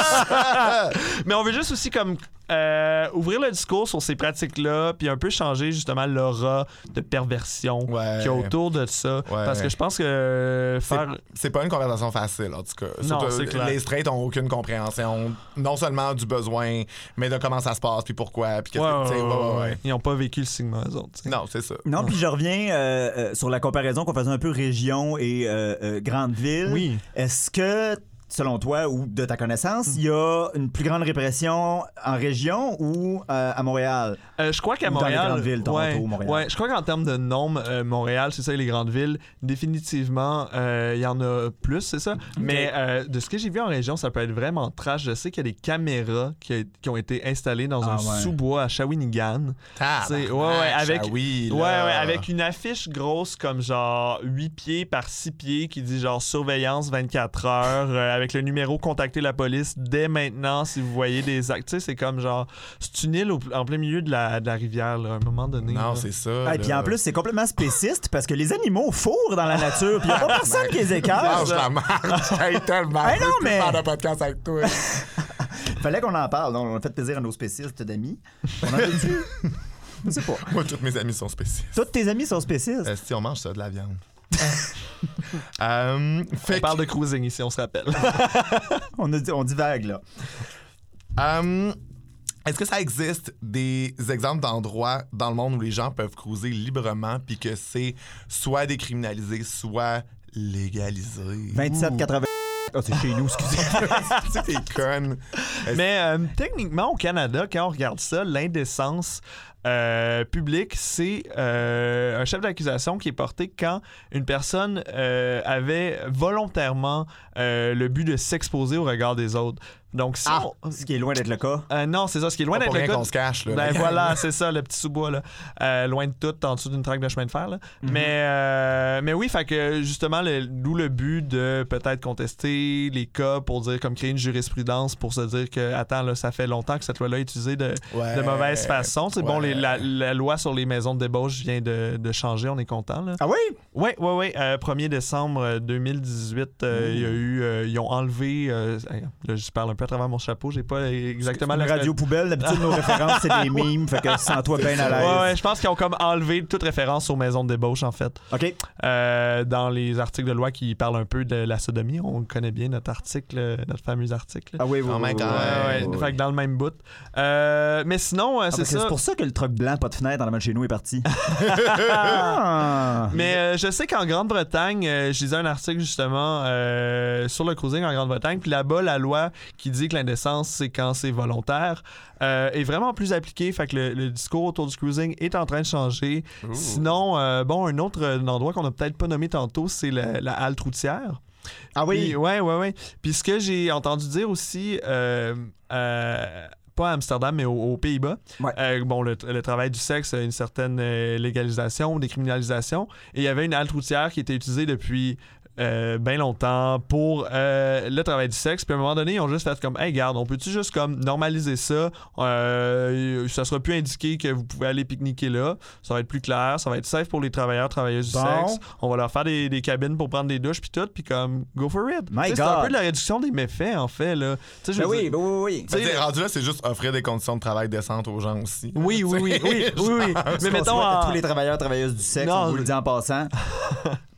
[SPEAKER 3] ça. mais on veut juste aussi comme euh, ouvrir le discours sur ces pratiques-là, puis un peu changer justement l'aura de perversion
[SPEAKER 1] Ouais.
[SPEAKER 3] qu'il y a autour de ça.
[SPEAKER 1] Ouais.
[SPEAKER 3] Parce que je pense que euh,
[SPEAKER 1] C'est-
[SPEAKER 3] faire.
[SPEAKER 1] C'est pas une conversation facile, en tout cas.
[SPEAKER 3] Non,
[SPEAKER 1] Surtout,
[SPEAKER 3] c'est clair.
[SPEAKER 1] Les straights ont aucune compréhension, non seulement du besoin, mais de comment ça se passe, puis pourquoi, puis qu'est-ce
[SPEAKER 3] Ouais,
[SPEAKER 1] que. tu sais,
[SPEAKER 3] ouais, ouais,
[SPEAKER 1] ouais,
[SPEAKER 3] ouais. Ils n'ont pas vécu le sigma, eux autres. tu
[SPEAKER 1] ouais.
[SPEAKER 3] sais.
[SPEAKER 1] Non, c'est ça.
[SPEAKER 2] Non, puis je reviens euh, euh, sur la comparaison qu'on faisait un peu région et euh, euh, grande ville.
[SPEAKER 3] Oui.
[SPEAKER 2] Est-ce que, selon toi ou de ta
[SPEAKER 3] Hmm.
[SPEAKER 2] connaissance, il y a une plus grande répression en région ou euh, à Montréal?
[SPEAKER 3] Euh, je crois qu'à
[SPEAKER 2] Ou dans les
[SPEAKER 3] Montréal.
[SPEAKER 2] grandes villes, Toronto,
[SPEAKER 3] ouais,
[SPEAKER 2] Montréal.
[SPEAKER 3] ouais, je crois qu'en termes de nombre, euh, Montréal, c'est ça, et les grandes villes, définitivement, euh, il y en a plus, c'est ça. Mais euh, de ce que j'ai vu en région, ça peut être vraiment trash. Je sais qu'il y a des caméras qui, a- qui ont été installées dans
[SPEAKER 2] Ah
[SPEAKER 3] un
[SPEAKER 2] ouais.
[SPEAKER 3] sous-bois à Shawinigan. C'est-
[SPEAKER 1] Tabarnak,
[SPEAKER 3] ouais, ouais, avec-
[SPEAKER 1] Shawi,
[SPEAKER 3] Ouais, ouais,
[SPEAKER 1] là.
[SPEAKER 3] avec une affiche grosse comme genre 8 pieds par 6 pieds qui dit genre surveillance 24 heures euh, avec le numéro contactez la police dès maintenant si vous voyez des actes. Tu sais, c'est comme genre, c'est une île au- en plein milieu de la, de la rivière là, à un moment donné.
[SPEAKER 1] Non,
[SPEAKER 3] là.
[SPEAKER 1] c'est ça.
[SPEAKER 2] Ah, Et puis en plus, c'est complètement spéciste parce que les animaux fourrent dans la nature, puis il n'y a pas personne qui les écarte.
[SPEAKER 1] je la marque. J'ai tellement
[SPEAKER 2] Hey, non,
[SPEAKER 1] envie de
[SPEAKER 2] mais-
[SPEAKER 1] faire de podcast avec toi.
[SPEAKER 2] Fallait qu'on en parle. On a fait plaisir à nos spécistes d'amis. On en a dit. Je sais pas.
[SPEAKER 1] Moi, tous mes amis sont spécialistes.
[SPEAKER 3] Euh.
[SPEAKER 2] Tous tes amis sont spécistes.
[SPEAKER 1] Euh, si on mange ça de la viande. Euh,
[SPEAKER 3] On
[SPEAKER 1] fait que-
[SPEAKER 3] parle de cruising ici, on se rappelle.
[SPEAKER 2] On, a dit, on divague, là.
[SPEAKER 1] Hum, Est-ce que ça existe des exemples d'endroits dans le monde où les gens peuvent cruiser librement puis que c'est soit décriminalisé, soit légalisé?
[SPEAKER 2] 27,80. Ah, c'est chez nous, excusez.
[SPEAKER 1] Tu t'es conne.
[SPEAKER 3] Mais euh, techniquement, au Canada, quand on regarde ça, l'indécence euh, publique, c'est euh, un chef d'accusation qui est porté quand une personne euh, avait volontairement euh, le but de s'exposer au regard des autres. Donc, si
[SPEAKER 2] Ah,
[SPEAKER 3] on-
[SPEAKER 2] ce qui est loin d'être le cas.
[SPEAKER 3] Euh, non, c'est ça, ce qui est loin
[SPEAKER 1] Pas
[SPEAKER 3] d'être
[SPEAKER 1] pour
[SPEAKER 3] le
[SPEAKER 1] rien
[SPEAKER 3] cas.
[SPEAKER 1] qu'on se cache, là.
[SPEAKER 3] Ben voilà, c'est ça, le petit sous-bois, là. Euh, loin de tout, en dessous d'une traque de chemin de fer, là. mais, euh, mais oui, fait que justement, le- d'où le but de peut-être contester les cas pour dire, comme créer une jurisprudence pour se dire que, attends, là, ça fait longtemps que cette loi-là est utilisée de,
[SPEAKER 1] Ouais.
[SPEAKER 3] de mauvaise façon. C'est bon,
[SPEAKER 1] Euh, Ouais.
[SPEAKER 3] les- la, la loi sur les maisons de débauche vient de, de changer, on est content, là.
[SPEAKER 2] Ah oui?
[SPEAKER 3] Oui, oui, oui. euh, 1er décembre euh, 2018, euh, il y a eu, euh, ils ont enlevé. euh, là, je parle un peu à travers mon chapeau, j'ai pas exactement
[SPEAKER 2] Une
[SPEAKER 3] la
[SPEAKER 2] radio poubelle, d'habitude, nos références, c'est des mimes, fait que sens-toi bien à l'aise.
[SPEAKER 3] Ouais, ouais, je pense qu'ils ont comme enlevé toute référence aux maisons de débauche, en fait.
[SPEAKER 2] OK.
[SPEAKER 3] Euh, dans les articles de loi qui parlent un peu de la sodomie, on connaît bien notre article, euh, notre fameux article.
[SPEAKER 2] Ah oui, oui.
[SPEAKER 1] Oh my
[SPEAKER 2] oui,
[SPEAKER 1] God.
[SPEAKER 3] Ouais, ouais,
[SPEAKER 2] oui, oui.
[SPEAKER 3] fait que dans le même bout. Euh, mais sinon, euh,
[SPEAKER 2] Ah,
[SPEAKER 3] c'est
[SPEAKER 2] parce que
[SPEAKER 3] ça.
[SPEAKER 2] C'est pour ça que le truc blanc, pas de fenêtre, dans la main de chez nous, est parti. Ah.
[SPEAKER 3] Mais euh, je sais qu'en Grande-Bretagne, euh, je lisais un article justement euh, sur le cruising en Grande-Bretagne, puis là-bas, la loi qui dit que l'indécence, c'est quand c'est volontaire, euh, est vraiment plus appliquée. Fait que le, le discours autour du cruising est en train de changer.
[SPEAKER 1] Ben,
[SPEAKER 3] Sinon, euh, bon, un autre euh, endroit qu'on n'a peut-être pas nommé tantôt, c'est la, la halte routière.
[SPEAKER 2] Ah oui.
[SPEAKER 3] Puis, ouais, ouais, ouais. Puis ce que j'ai entendu dire aussi, euh, euh, pas à Amsterdam, mais au- aux, Pays-Bas,
[SPEAKER 2] Ouais.
[SPEAKER 3] euh, bon, le, le travail du sexe a une certaine euh, légalisation ou décriminalisation. Et il y avait une halte routière qui était utilisée depuis bien Euh, ben longtemps pour euh, le travail du sexe. Puis à un moment donné, ils ont juste fait comme, hey, garde, on peut-tu juste comme normaliser ça? Euh, ça sera plus indiqué que vous pouvez aller pique-niquer là. Ça va être plus clair, ça va être safe pour les travailleurs, travailleuses
[SPEAKER 2] Bon.
[SPEAKER 3] du sexe. On va leur faire des, des cabines pour prendre des douches, puis tout, puis comme, go for it.
[SPEAKER 2] My
[SPEAKER 3] Tu sais, C'est
[SPEAKER 2] God.
[SPEAKER 3] un peu de la réduction des méfaits, en fait. Là. Tu sais, je
[SPEAKER 2] Ben
[SPEAKER 3] veux
[SPEAKER 2] oui,
[SPEAKER 3] dire-
[SPEAKER 2] ben oui, oui.
[SPEAKER 3] tu sais, euh,
[SPEAKER 1] T'es rendu là, c'est juste offrir des conditions de travail décentes aux gens aussi.
[SPEAKER 3] oui, oui, oui, oui, oui, oui. Mais
[SPEAKER 2] Mais
[SPEAKER 3] mettons, en-
[SPEAKER 2] tous les travailleurs, travailleuses du sexe,
[SPEAKER 3] Non.
[SPEAKER 2] on vous le dit en passant,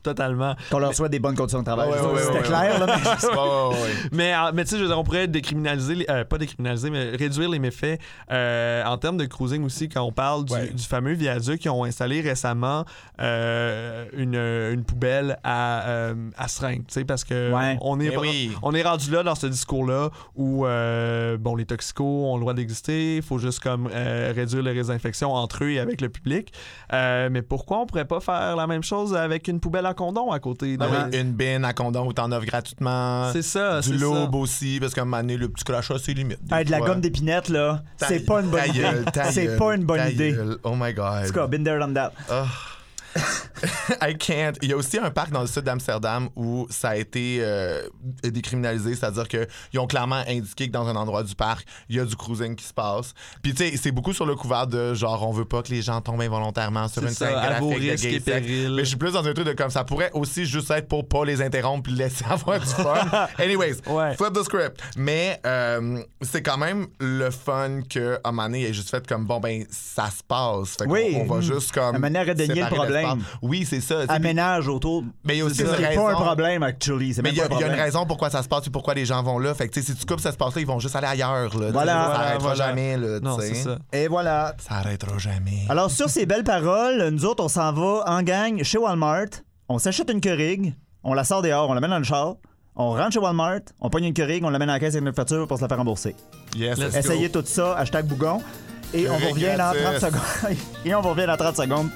[SPEAKER 3] totalement.
[SPEAKER 2] qu'on leur soit des bonnes conditions de travail.
[SPEAKER 1] Ouais,
[SPEAKER 2] Je sais pas
[SPEAKER 1] ouais,
[SPEAKER 2] si C'était
[SPEAKER 1] ouais,
[SPEAKER 2] clair, là, mais-
[SPEAKER 1] Ouais, ouais, ouais.
[SPEAKER 3] Mais, euh, mais tu sais, je veux dire, on pourrait décriminaliser, les- euh, pas décriminaliser, mais réduire les méfaits euh, en termes de cruising aussi, quand on parle du,
[SPEAKER 1] Ouais.
[SPEAKER 3] du fameux viaduc qui ont installé récemment euh, une, une poubelle à, euh, à seringue, tu sais, parce que
[SPEAKER 2] Ouais.
[SPEAKER 3] on, est,
[SPEAKER 1] Mais Ben oui.
[SPEAKER 3] on est rendu là dans ce discours-là où, euh, bon, les toxicos ont le droit d'exister, il faut juste comme euh, réduire les désinfections entre eux et avec le public. Euh, mais pourquoi on pourrait pas faire la même chose avec une poubelle à condom à côté? de-
[SPEAKER 1] Ah oui, Une bine à condom où t'en offres gratuitement.
[SPEAKER 3] C'est ça,
[SPEAKER 1] Ah, Du
[SPEAKER 3] c'est ça.
[SPEAKER 1] l'aube aussi, parce qu'à un moment donné, le petit crachat, c'est limite. des
[SPEAKER 2] Hey, de la
[SPEAKER 1] fois.
[SPEAKER 2] gomme d'épinette, là,
[SPEAKER 1] Ta-
[SPEAKER 2] c'est pas une bonne
[SPEAKER 1] ta
[SPEAKER 2] idée.
[SPEAKER 1] gueule, ta
[SPEAKER 2] C'est
[SPEAKER 1] gueule,
[SPEAKER 2] pas une bonne
[SPEAKER 1] ta
[SPEAKER 2] idée.
[SPEAKER 1] gueule. Oh my God.
[SPEAKER 2] En tout cas, been there, done that.
[SPEAKER 1] I can't. Il y a aussi un parc dans le sud d'Amsterdam où ça a été euh, décriminalisé, c'est-à-dire qu'ils ont clairement indiqué que dans un endroit du parc, il y a du cruising qui se passe. Puis tu sais, c'est beaucoup sur le couvert de genre, on veut pas que les gens tombent involontairement sur
[SPEAKER 3] C'est
[SPEAKER 1] une
[SPEAKER 3] ça,
[SPEAKER 1] scène
[SPEAKER 3] à vos
[SPEAKER 1] graphique de
[SPEAKER 3] risques
[SPEAKER 1] gay
[SPEAKER 3] et
[SPEAKER 1] sex.
[SPEAKER 3] périls.
[SPEAKER 1] Mais je suis plus dans un truc de comme ça pourrait aussi juste être pour pas les interrompre puis laisser avoir du fun. Anyways,
[SPEAKER 3] Ouais.
[SPEAKER 1] flip the script. Mais euh, c'est quand même le fun que à un moment donné, il est juste fait comme bon ben ça se passe. Fait qu'on-
[SPEAKER 2] Oui.
[SPEAKER 1] on va
[SPEAKER 2] Mm.
[SPEAKER 1] juste comme
[SPEAKER 2] La manière de nier le
[SPEAKER 1] séparer
[SPEAKER 2] problème.
[SPEAKER 1] l'espace. Oui, c'est ça. C'est-
[SPEAKER 2] Aménage autour.
[SPEAKER 1] Mais il y a aussi
[SPEAKER 2] C'est
[SPEAKER 1] une
[SPEAKER 2] ça. C'est
[SPEAKER 1] raison.
[SPEAKER 2] pas un problème, actually. C'est
[SPEAKER 1] Mais
[SPEAKER 2] même
[SPEAKER 1] il y,
[SPEAKER 2] pas
[SPEAKER 1] a il
[SPEAKER 2] un
[SPEAKER 1] y a une
[SPEAKER 2] problème.
[SPEAKER 1] raison pourquoi ça se passe et pourquoi les gens vont là. Fait que tu sais, si tu coupes ça se passe là, ils vont juste aller ailleurs. Là,
[SPEAKER 2] Voilà.
[SPEAKER 1] Ça
[SPEAKER 3] Voilà,
[SPEAKER 1] arrêtera
[SPEAKER 3] voilà.
[SPEAKER 1] jamais. Là,
[SPEAKER 3] Non,
[SPEAKER 1] tu sais.
[SPEAKER 3] c'est ça.
[SPEAKER 2] Et voilà.
[SPEAKER 1] Ça arrêtera jamais.
[SPEAKER 2] Alors, sur ces belles paroles, nous autres, on s'en va en gang chez Walmart. On s'achète une Keurig, on la sort dehors, on la met dans le char. On rentre chez Walmart, on pogne une Keurig, on la met dans la caisse avec notre facture pour se la faire rembourser.
[SPEAKER 1] Yes, let's go.
[SPEAKER 2] Essayez tout ça, hashtag Bougon. Et on vous
[SPEAKER 1] Keurig
[SPEAKER 2] revient dans 30
[SPEAKER 1] gratis.
[SPEAKER 2] secondes. Et on vous revient dans 30 secondes.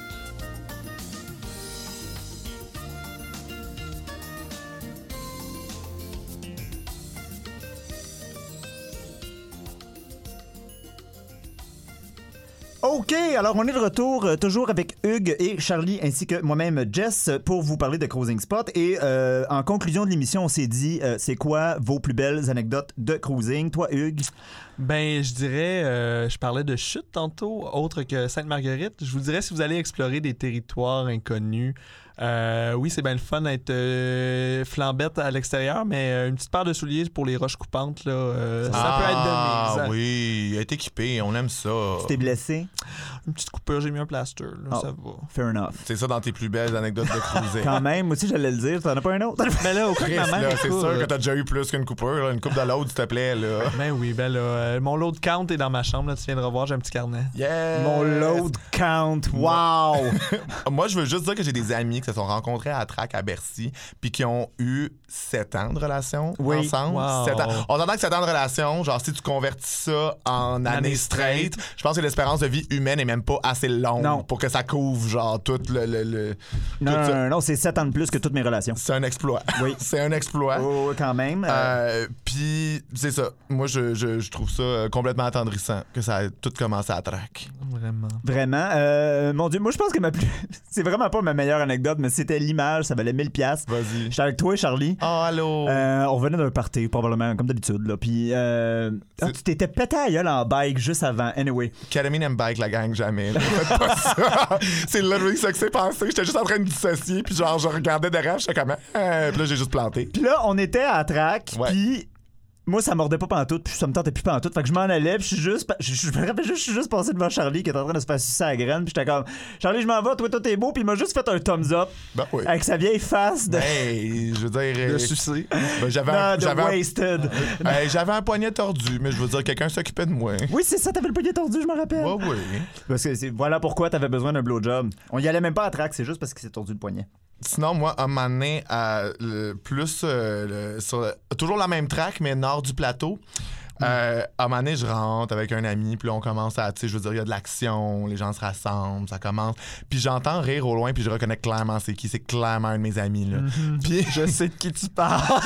[SPEAKER 2] OK, alors on est de retour euh, toujours avec Hugues et Charlie ainsi que moi-même Jess pour vous parler de Cruising Spot. Et euh, en conclusion de l'émission, on s'est dit euh, c'est quoi vos plus belles anecdotes de cruising? Toi, Hugues?
[SPEAKER 3] Ben, je dirais, euh, je parlais de chute tantôt, autre que Sainte-Marguerite. Je vous dirais, si vous allez explorer des territoires inconnus, Euh, oui, c'est bien le fun d'être euh, flambette à l'extérieur, mais euh, une petite paire de souliers pour les roches coupantes, là, euh, ça
[SPEAKER 1] ah,
[SPEAKER 3] peut être de mise.
[SPEAKER 1] oui, être équipé, on aime ça.
[SPEAKER 2] Tu t'es blessé?
[SPEAKER 3] Une petite coupure, j'ai mis un plaster, là,
[SPEAKER 2] Ah.
[SPEAKER 3] ça va.
[SPEAKER 2] Fair enough.
[SPEAKER 1] C'est ça dans tes plus belles anecdotes de cruising.
[SPEAKER 2] Quand même, moi aussi j'allais le dire, t'en as pas un autre?
[SPEAKER 3] Mais là, au cas
[SPEAKER 1] Chris,
[SPEAKER 3] que ma mère
[SPEAKER 1] là, c'est
[SPEAKER 3] écoute-
[SPEAKER 1] sûr que t'as déjà eu plus qu'une coupure, là, une coupe de l'autre, s'il te plaît, là.
[SPEAKER 3] Ben oui, ben là, euh, mon lot de count est dans ma chambre, là, tu viens de revoir, j'ai un petit carnet.
[SPEAKER 1] Yes!
[SPEAKER 2] Mon load count, wow!
[SPEAKER 1] Moi, je veux juste dire que j'ai des amis qui se sont rencontrés à Trac à Bercy, puis qui ont eu 7 ans de relation
[SPEAKER 2] Oui.
[SPEAKER 1] ensemble.
[SPEAKER 3] Wow.
[SPEAKER 1] Sept ans. On entend que 7 ans de relation, genre si tu convertis ça en années straight, je pense que l'espérance de vie humaine est même pas assez longue
[SPEAKER 2] Non.
[SPEAKER 1] pour que ça couvre, genre, tout le. le- le-
[SPEAKER 2] non,
[SPEAKER 1] tout
[SPEAKER 2] non,
[SPEAKER 1] ça.
[SPEAKER 2] non, non, c'est 7 ans de plus que toutes mes relations.
[SPEAKER 1] C'est un exploit.
[SPEAKER 2] Oui.
[SPEAKER 1] C'est un exploit.
[SPEAKER 2] Oh, oui, quand même. Euh,
[SPEAKER 1] Euh, puis c'est ça. Moi, je, je- je trouve ça euh, complètement attendrissant que ça a tout commencé à traque.
[SPEAKER 3] Vraiment.
[SPEAKER 2] Vraiment. Euh, mon Dieu, moi je pense que ma plus. c'est vraiment pas ma meilleure anecdote, mais c'était l'image, ça valait 1000$. piastres.
[SPEAKER 1] Vas-y.
[SPEAKER 2] J'étais avec toi, Charlie.
[SPEAKER 1] Oh, allô.
[SPEAKER 2] Euh, on venait d'un party, probablement, comme d'habitude. Là. Puis, euh, ah,
[SPEAKER 1] C'est-
[SPEAKER 2] tu t'étais pété à la gueule en bike juste avant. Anyway.
[SPEAKER 1] Ketamine n'aime bike la gang jamais. là. Faites pas ça. c'est literally ça que c'est passé. J'étais juste en train de dissocier, puis genre je regardais derrière, j'étais comme euh, puis là j'ai juste planté.
[SPEAKER 2] Puis là, on était à la track.
[SPEAKER 1] Ouais.
[SPEAKER 2] Puis, moi, ça mordait pas pantoute. Puis, ça me tentait plus pantoute. Fait que je m'en allais. Puis, je suis juste. pa- Je, je me rappelle juste, je suis juste passé devant Charlie qui était en train de se faire sucer à la graine. Puis, j'étais comme, Charlie, je m'en vais. Toi, toi, t'es beau. Puis, il m'a juste fait un thumbs up
[SPEAKER 1] Ben oui.
[SPEAKER 2] avec sa vieille face de.
[SPEAKER 1] Hey, je veux dire, euh,
[SPEAKER 3] Le sucer.
[SPEAKER 1] ben, j'avais
[SPEAKER 2] Non,
[SPEAKER 1] un,
[SPEAKER 2] de
[SPEAKER 1] j'avais un- Ah,
[SPEAKER 2] wasted.
[SPEAKER 1] Hey, j'avais un poignet tordu, mais je veux dire quelqu'un s'occupait de moi.
[SPEAKER 2] Oui, c'est ça, t'avais le poignet tordu, je me rappelle.
[SPEAKER 1] Ouais, oui.
[SPEAKER 2] Parce que c'est- voilà pourquoi t'avais besoin d'un blowjob. On y allait même pas à track, c'est juste parce qu'il s'est tordu le poignet.
[SPEAKER 1] Sinon, moi, à un moment donné, à le- plus euh, le- sur le- toujours la même track, mais nord du plateau. euh, à un moment donné, je rentre avec un ami, puis là, on commence à, tu sais, je veux dire, il y a de l'action, les gens se rassemblent, ça commence. Puis j'entends rire au loin, puis je reconnais clairement c'est qui, c'est clairement un de mes amis, là. Puis,
[SPEAKER 3] Je sais de qui tu parles.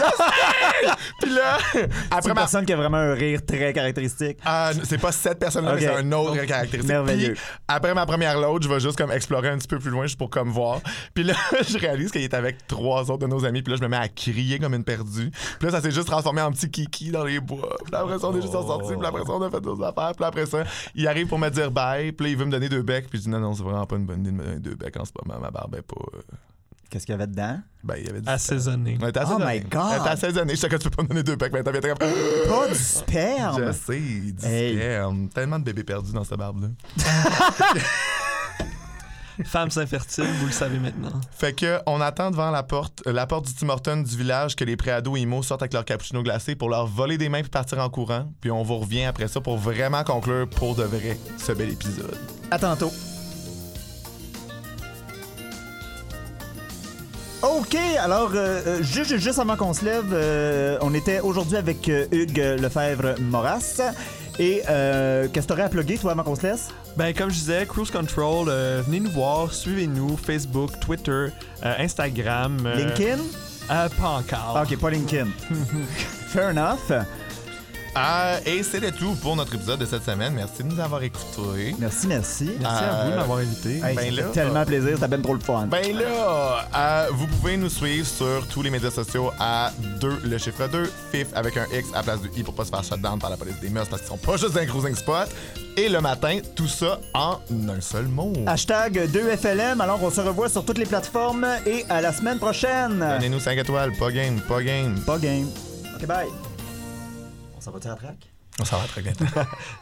[SPEAKER 1] puis là,
[SPEAKER 2] C'est
[SPEAKER 1] après
[SPEAKER 2] une
[SPEAKER 1] ma
[SPEAKER 2] personne qui a vraiment un rire très caractéristique.
[SPEAKER 1] Ah, n- c'est pas cette personne-là, mais
[SPEAKER 2] Ok.
[SPEAKER 1] c'est un autre caractéristique.
[SPEAKER 2] Merveilleux.
[SPEAKER 1] Puis, après ma première load, je vais juste comme explorer un petit peu plus loin, juste pour comme voir. Puis là, je réalise qu'il est avec trois autres de nos amis. Puis là, je me mets à crier comme une perdue. Puis là, ça s'est juste transformé en petit kiki dans les bois. Puis là, après ça, on est juste sorti. Puis là, après ça, on a fait nos affaires. Puis là, après ça, il arrive pour me dire bye. Puis là, il veut me donner deux becs. Puis je dis non, non, c'est vraiment pas une bonne idée de me donner deux becs en ce moment. Ma barbe est pas. euh,
[SPEAKER 2] Qu'est-ce qu'il y avait dedans?
[SPEAKER 1] Ben, il y avait du.
[SPEAKER 3] Assaisonné.
[SPEAKER 1] On était
[SPEAKER 2] Oh
[SPEAKER 1] assaisonnés.
[SPEAKER 2] my God!
[SPEAKER 1] On était assaisonnés. Je sais que tu peux pas me donner deux becs. Mais t'as bien très-
[SPEAKER 2] Pas du
[SPEAKER 1] Je
[SPEAKER 2] sperme!
[SPEAKER 1] sais, du
[SPEAKER 2] Hey.
[SPEAKER 1] sperme. Tellement de bébés perdus dans cette barbe-là.
[SPEAKER 3] Femmes infertiles, vous le savez maintenant.
[SPEAKER 1] Fait que on attend devant la porte, euh, la porte du Tim Hortons du village que les préados immo sortent avec leur cappuccino glacé pour leur voler des mains puis partir en courant. Puis on vous revient après ça pour vraiment conclure pour de vrai ce bel épisode.
[SPEAKER 2] À tantôt. OK, alors, euh, euh, juste, juste avant qu'on se lève, euh, on était aujourd'hui avec euh, Hugues Lefebvre-Moras. Et euh, qu'est-ce que t'aurais à plugger, toi, avant qu'on se laisse?
[SPEAKER 3] Ben, comme je disais, Cruise Control, euh, venez nous voir, suivez-nous, Facebook, Twitter, euh, Instagram. euh,
[SPEAKER 2] LinkedIn?
[SPEAKER 3] euh, pas encore.
[SPEAKER 1] oh.
[SPEAKER 2] Ah, OK, pas LinkedIn. Fair enough.
[SPEAKER 1] Ah, et c'était tout pour notre épisode de cette semaine. Merci de nous avoir écoutés.
[SPEAKER 2] Merci, merci.
[SPEAKER 3] Merci à vous de m'avoir invité.
[SPEAKER 2] Hey,
[SPEAKER 1] Euh, Ben
[SPEAKER 2] ça
[SPEAKER 1] là,
[SPEAKER 2] fait tellement plaisir, c'était ben trop le fun.
[SPEAKER 1] Ben là, euh, vous pouvez nous suivre sur tous les médias sociaux à 2, le chiffre 2, FIF avec un X à la place du I pour pas se faire shutdown par la police des mœurs parce qu'ils sont pas juste un cruising spot. Et le matin, tout ça en un seul mot.
[SPEAKER 2] Hashtag 2FLM, alors on se revoit sur toutes les plateformes et à la semaine prochaine.
[SPEAKER 1] Donnez-nous 5 étoiles, pas game, pas game.
[SPEAKER 2] Pas game. OK, bye. On s'en va-tu à la track?
[SPEAKER 1] On s'en va très bientôt.